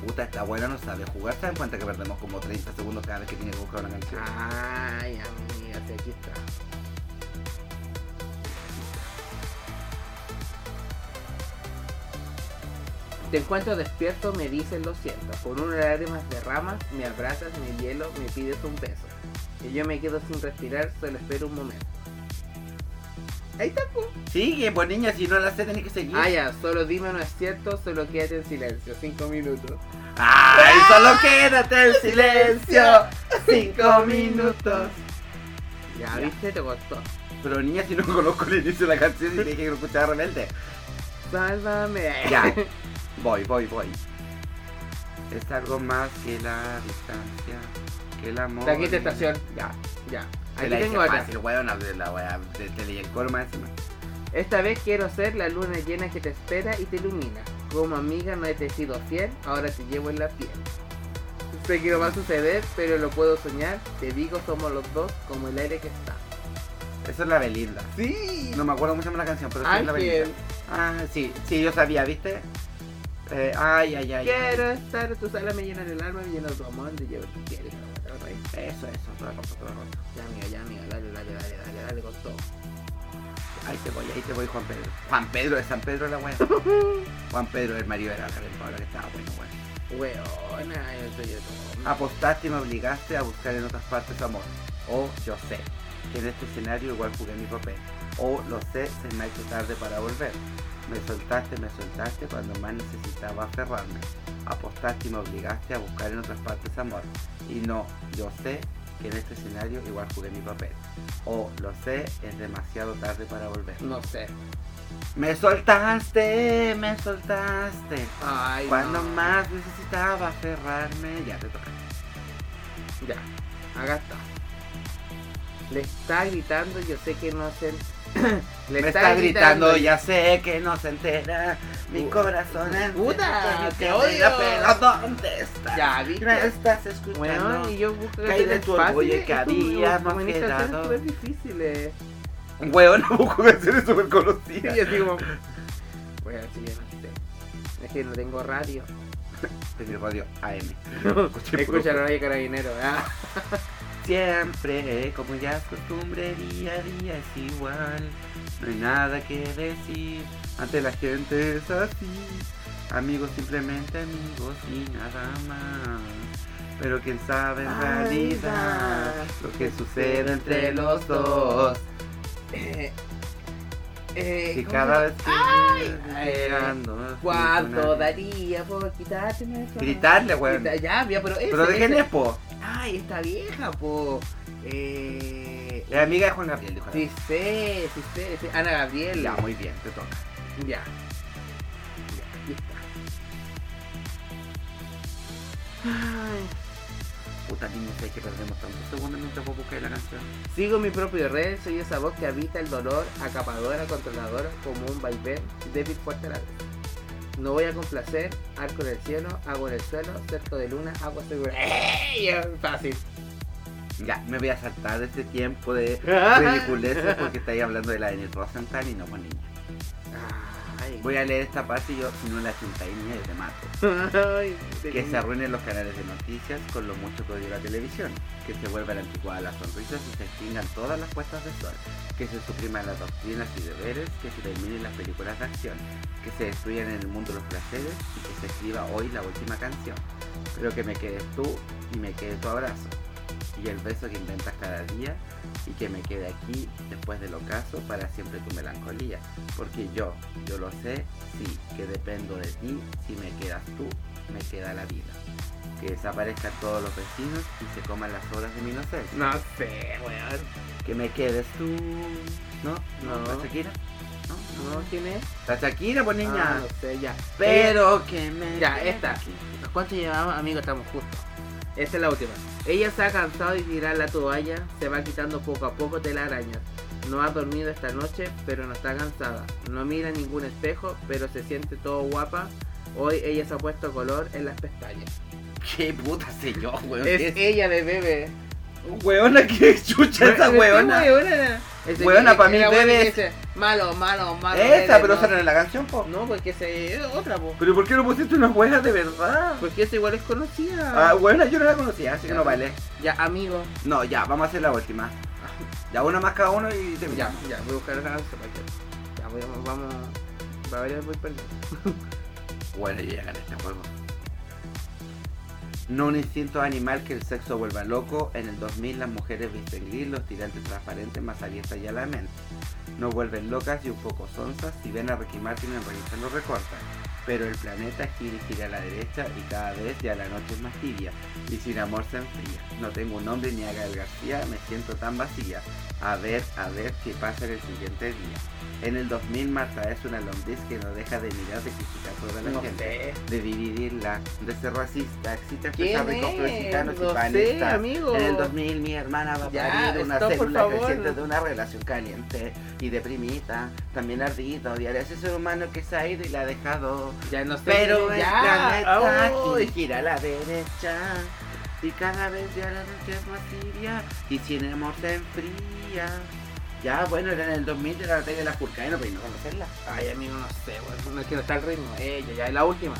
Puta, esta buena no sabe jugar. ¿Se dan cuenta que perdemos como 30 segundos cada vez que tiene que buscar una canción? ay, amiga, sí, aquí está. Te encuentro despierto, me dices lo siento. Con unas lágrimas de ramas, me abrazas, me hielo, me pides un beso. Y yo me quedo sin respirar, solo espero un momento. Ahí está, po. Sigue, pues niña, si no la sé, tenés que seguir. Ah, ya, solo dime no es cierto, solo quédate en silencio, cinco minutos. ¡Ay! Solo quédate en silencio. Cinco minutos. Ya, Ya. viste, te costó. Pero niña, si no conozco el inicio de la canción y dije que lo escuchaba rebelde. Sálvame. Ya. Voy, voy, voy. Es algo más que la distancia, que el amor. De aquí te estación. Ya. Ya. Te Aquí la tengo hice otra. fácil, weón, hablé la weá. Te, te leí el coro más encima. Esta vez quiero ser la luna llena que te espera y te ilumina. Como amiga no he sido fiel, ahora te llevo en la piel. Sé que no va a suceder, pero lo puedo soñar. Te digo, somos los dos como el aire que está. Eso es la Belinda. Sí. No me acuerdo mucho de la canción, pero sí es la Ángel, Belinda. Ah, sí, sí, yo sabía, ¿viste? Eh, ay, ay, ay. quiero estar en tu sala, me llena el alma, me llena tu amor, te llevo si quieres. Eso, eso, todo roto, todo roto. Ya, amiga, ya, amiga, dale, dale, dale, dale, dale con todo. Ahí te voy, ahí te voy, Juan Pedro. Juan Pedro de San Pedro la weá. Juan Pedro, el marido era la ahora que estaba bueno, bueno. Weona, yo soy yo Ah, todo. Apostaste y me obligaste a buscar en otras partes tu amor. O yo sé que en este escenario igual jugué mi papel. O lo sé, se me ha hecho tarde para volver. Me soltaste, me soltaste cuando más necesitaba aferrarme. Apostaste y me obligaste a buscar en otras partes amor. Y no, yo sé que en este escenario igual jugué mi papel. O lo sé, es demasiado tarde para volver. No sé. Me soltaste, me soltaste. Ay, Cuando no. más necesitaba aferrarme, ya te toca. Ya, acá está. Le está gritando, yo sé que no sé. Le Me está gritando, ya sé que no se entera. Mi Puta, corazón es. puta, te odio. Pero ¿dónde estás? Ya, No ¿viste? estás escuchando. Bueno, y yo busco Caí de canciones tu orgullo y fáciles que y tú me habíamos buscas canciones quedado. súper difíciles. Weón, no busco canciones súper Y yo conocidas. así como... Bueno, sí, yo no sé. Es que no tengo radio. En mi radio AM. Escucha la radio carabinero. ah. Siempre, como ya es costumbre, día a día es igual. No hay nada que decir, ante la gente es así. Amigos, simplemente amigos y nada más. Pero quién sabe en realidad lo que sucede entre los dos. Eh, eh, Y ¿cómo cada se- vez que llegando, ¿Cuánto una- daría por quitárteme esa- Gritarle, weón. Grita- Ya, ya, pero ese, Pero de quién ese- es, po? Ay, esta vieja, po. Eh, La amiga de Juan Gabriel, dijo. la- sí sé, sí sé, sí, Ana Gabriel. Ya, muy bien, te toca. Ya. Ya, aquí está. Ay, Puta, niño, sé que perdemos tantos segundos mientras vos buscas la canción. Sigo mi propio red, soy esa voz que habita el dolor, acapadora, controladora, como un vaivén, débil fuerte a la vez. No voy a complacer, arco en el cielo, hago en el suelo, cerco de luna, agua segura. ¡Ey! Ya, Fácil. Ya, me voy a saltar este tiempo de ridiculeces Ay. porque estáis hablando de la de Rosenthal y no con niña. Voy a leer esta parte y yo, si no la chuntáis niña, yo te mato. Ay, Que se arruinen los canales de noticias con lo mucho que odio la televisión. Que se vuelvan anticuadas las sonrisas y se extingan todas las puestas de sol. Que se supriman las doctrinas y deberes. Que se terminen las películas de acción. Que se destruyan en el mundo los placeres y que se escriba hoy la última canción. Pero que me quedes tú y me quede tu abrazo. Y el beso que inventas cada día y que me quede aquí después del ocaso para siempre tu melancolía. Porque yo, yo lo sé, sí, que dependo de ti, si me quedas tú, me queda la vida. que desaparezcan todos los vecinos y se coman las horas de mi inocencia. No sé, weón. Que me quedes tú. ¿No? ¿No? No. ¿La Shakira? No, No, no. ¿quién es? La Shakira, pues niña. Ah, no sé, ya. Pero que me. Ya, quedes esta. aquí. ¿Cuánto llevamos, amigos? Estamos justos. Esta es la última. Ella se ha cansado de tirar la toalla, se va quitando poco a poco telarañas. No ha dormido esta noche, pero no está cansada. No mira ningún espejo, pero se siente todo guapa. Hoy ella se ha puesto color en las pestañas. Qué puta sé yo, weón. Es ¿Qué ella de bebé. es- Weona, qué chucha esa weona. Ese Weona, que- pa' mí era bueno bebé que es- dice, Malo, malo, malo. Esa, bebé, pero no. esa no es la canción, po. No, porque se es otra, po. Pero ¿por qué no pusiste una hueá de verdad? Porque eso igual es conocida. Pues, Ah, weona, yo no la conocía, así que no Ya. vale. Ya, amigo. No, ya, vamos a hacer la última. Ya una más cada uno y te Ya, ya, voy a buscar la canción. para que- Ya, voy, vamos. Va a ver, voy perdiendo. Bueno, yo ya gané este juego. No un instinto animal que el sexo vuelva loco. En el 2000 las mujeres visten gris, los tirantes transparentes más abiertas ya la mente. No vuelven locas y un poco sonzas. Si ven a Ricky Martin en revista lo recortan. Pero el planeta gira y gira a la derecha y cada vez ya la noche es más tibia. Y sin amor se enfría. No tengo un nombre ni a Gael García, me siento tan vacía. A ver, a ver qué pasa en el siguiente día. En el 2000 Marta es una lombriz que no deja de mirar, de criticar a toda la No gente sé. de dividirla, de ser racista, existen ¿Quién ricos, mexicanos es? y No sé, panistas. amigo. En el 2000 mi hermana va a Ya, parir una stop, por célula favor. creciente de una relación caliente y deprimida, también ardida, odiar a ese ser humano que se ha ido y la ha dejado. Ya no sé. Pero el ya. Ah, planeta Ay. gira, gira a la derecha y cada vez ya la noche es más tibia y sin amor se enfría. Ya, bueno, era en el 2000 de la batalla de la Furcaena, pero no conocerla. Ay, amigo, no sé, weón. No es que no está el ritmo. Ella, ya, es la última.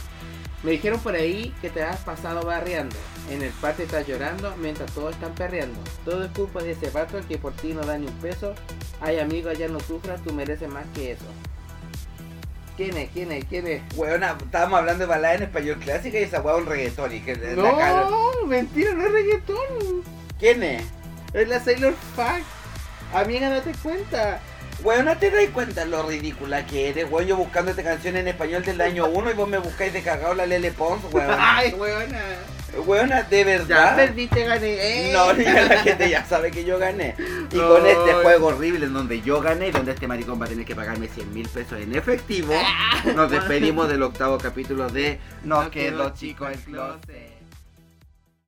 Me dijeron por ahí que te has pasado barriando. En el parque estás llorando mientras todos están perreando. Todo es culpa de ese vato que por ti no da ni un peso. Ay, amigo, ya no sufras, tú mereces más que eso. ¿Quién es? ¿Quién es? ¿Quién es? Weona, ah, estábamos hablando de balada en español clásica y esa hueá un reggaetón y que la- la cara- No, mentira, no es reggaetón. ¿Quién es? Es la Sailor Fuck. Amiga, date cuenta. Weona, ¿te das cuenta lo ridícula que eres? Weón, yo buscando esta canción en español del año 1 y vos me buscáis de cagado la Lele Pons, weona. Ay, weona. Weona, de Ya verdad. perdiste, gané. Eh. No, ni la gente ya sabe que yo gané. Y con Ay. este juego horrible en donde yo gané, donde este maricón va a tener que pagarme 100 mil pesos en efectivo, nos despedimos del octavo capítulo de Nos quedó chico el closet.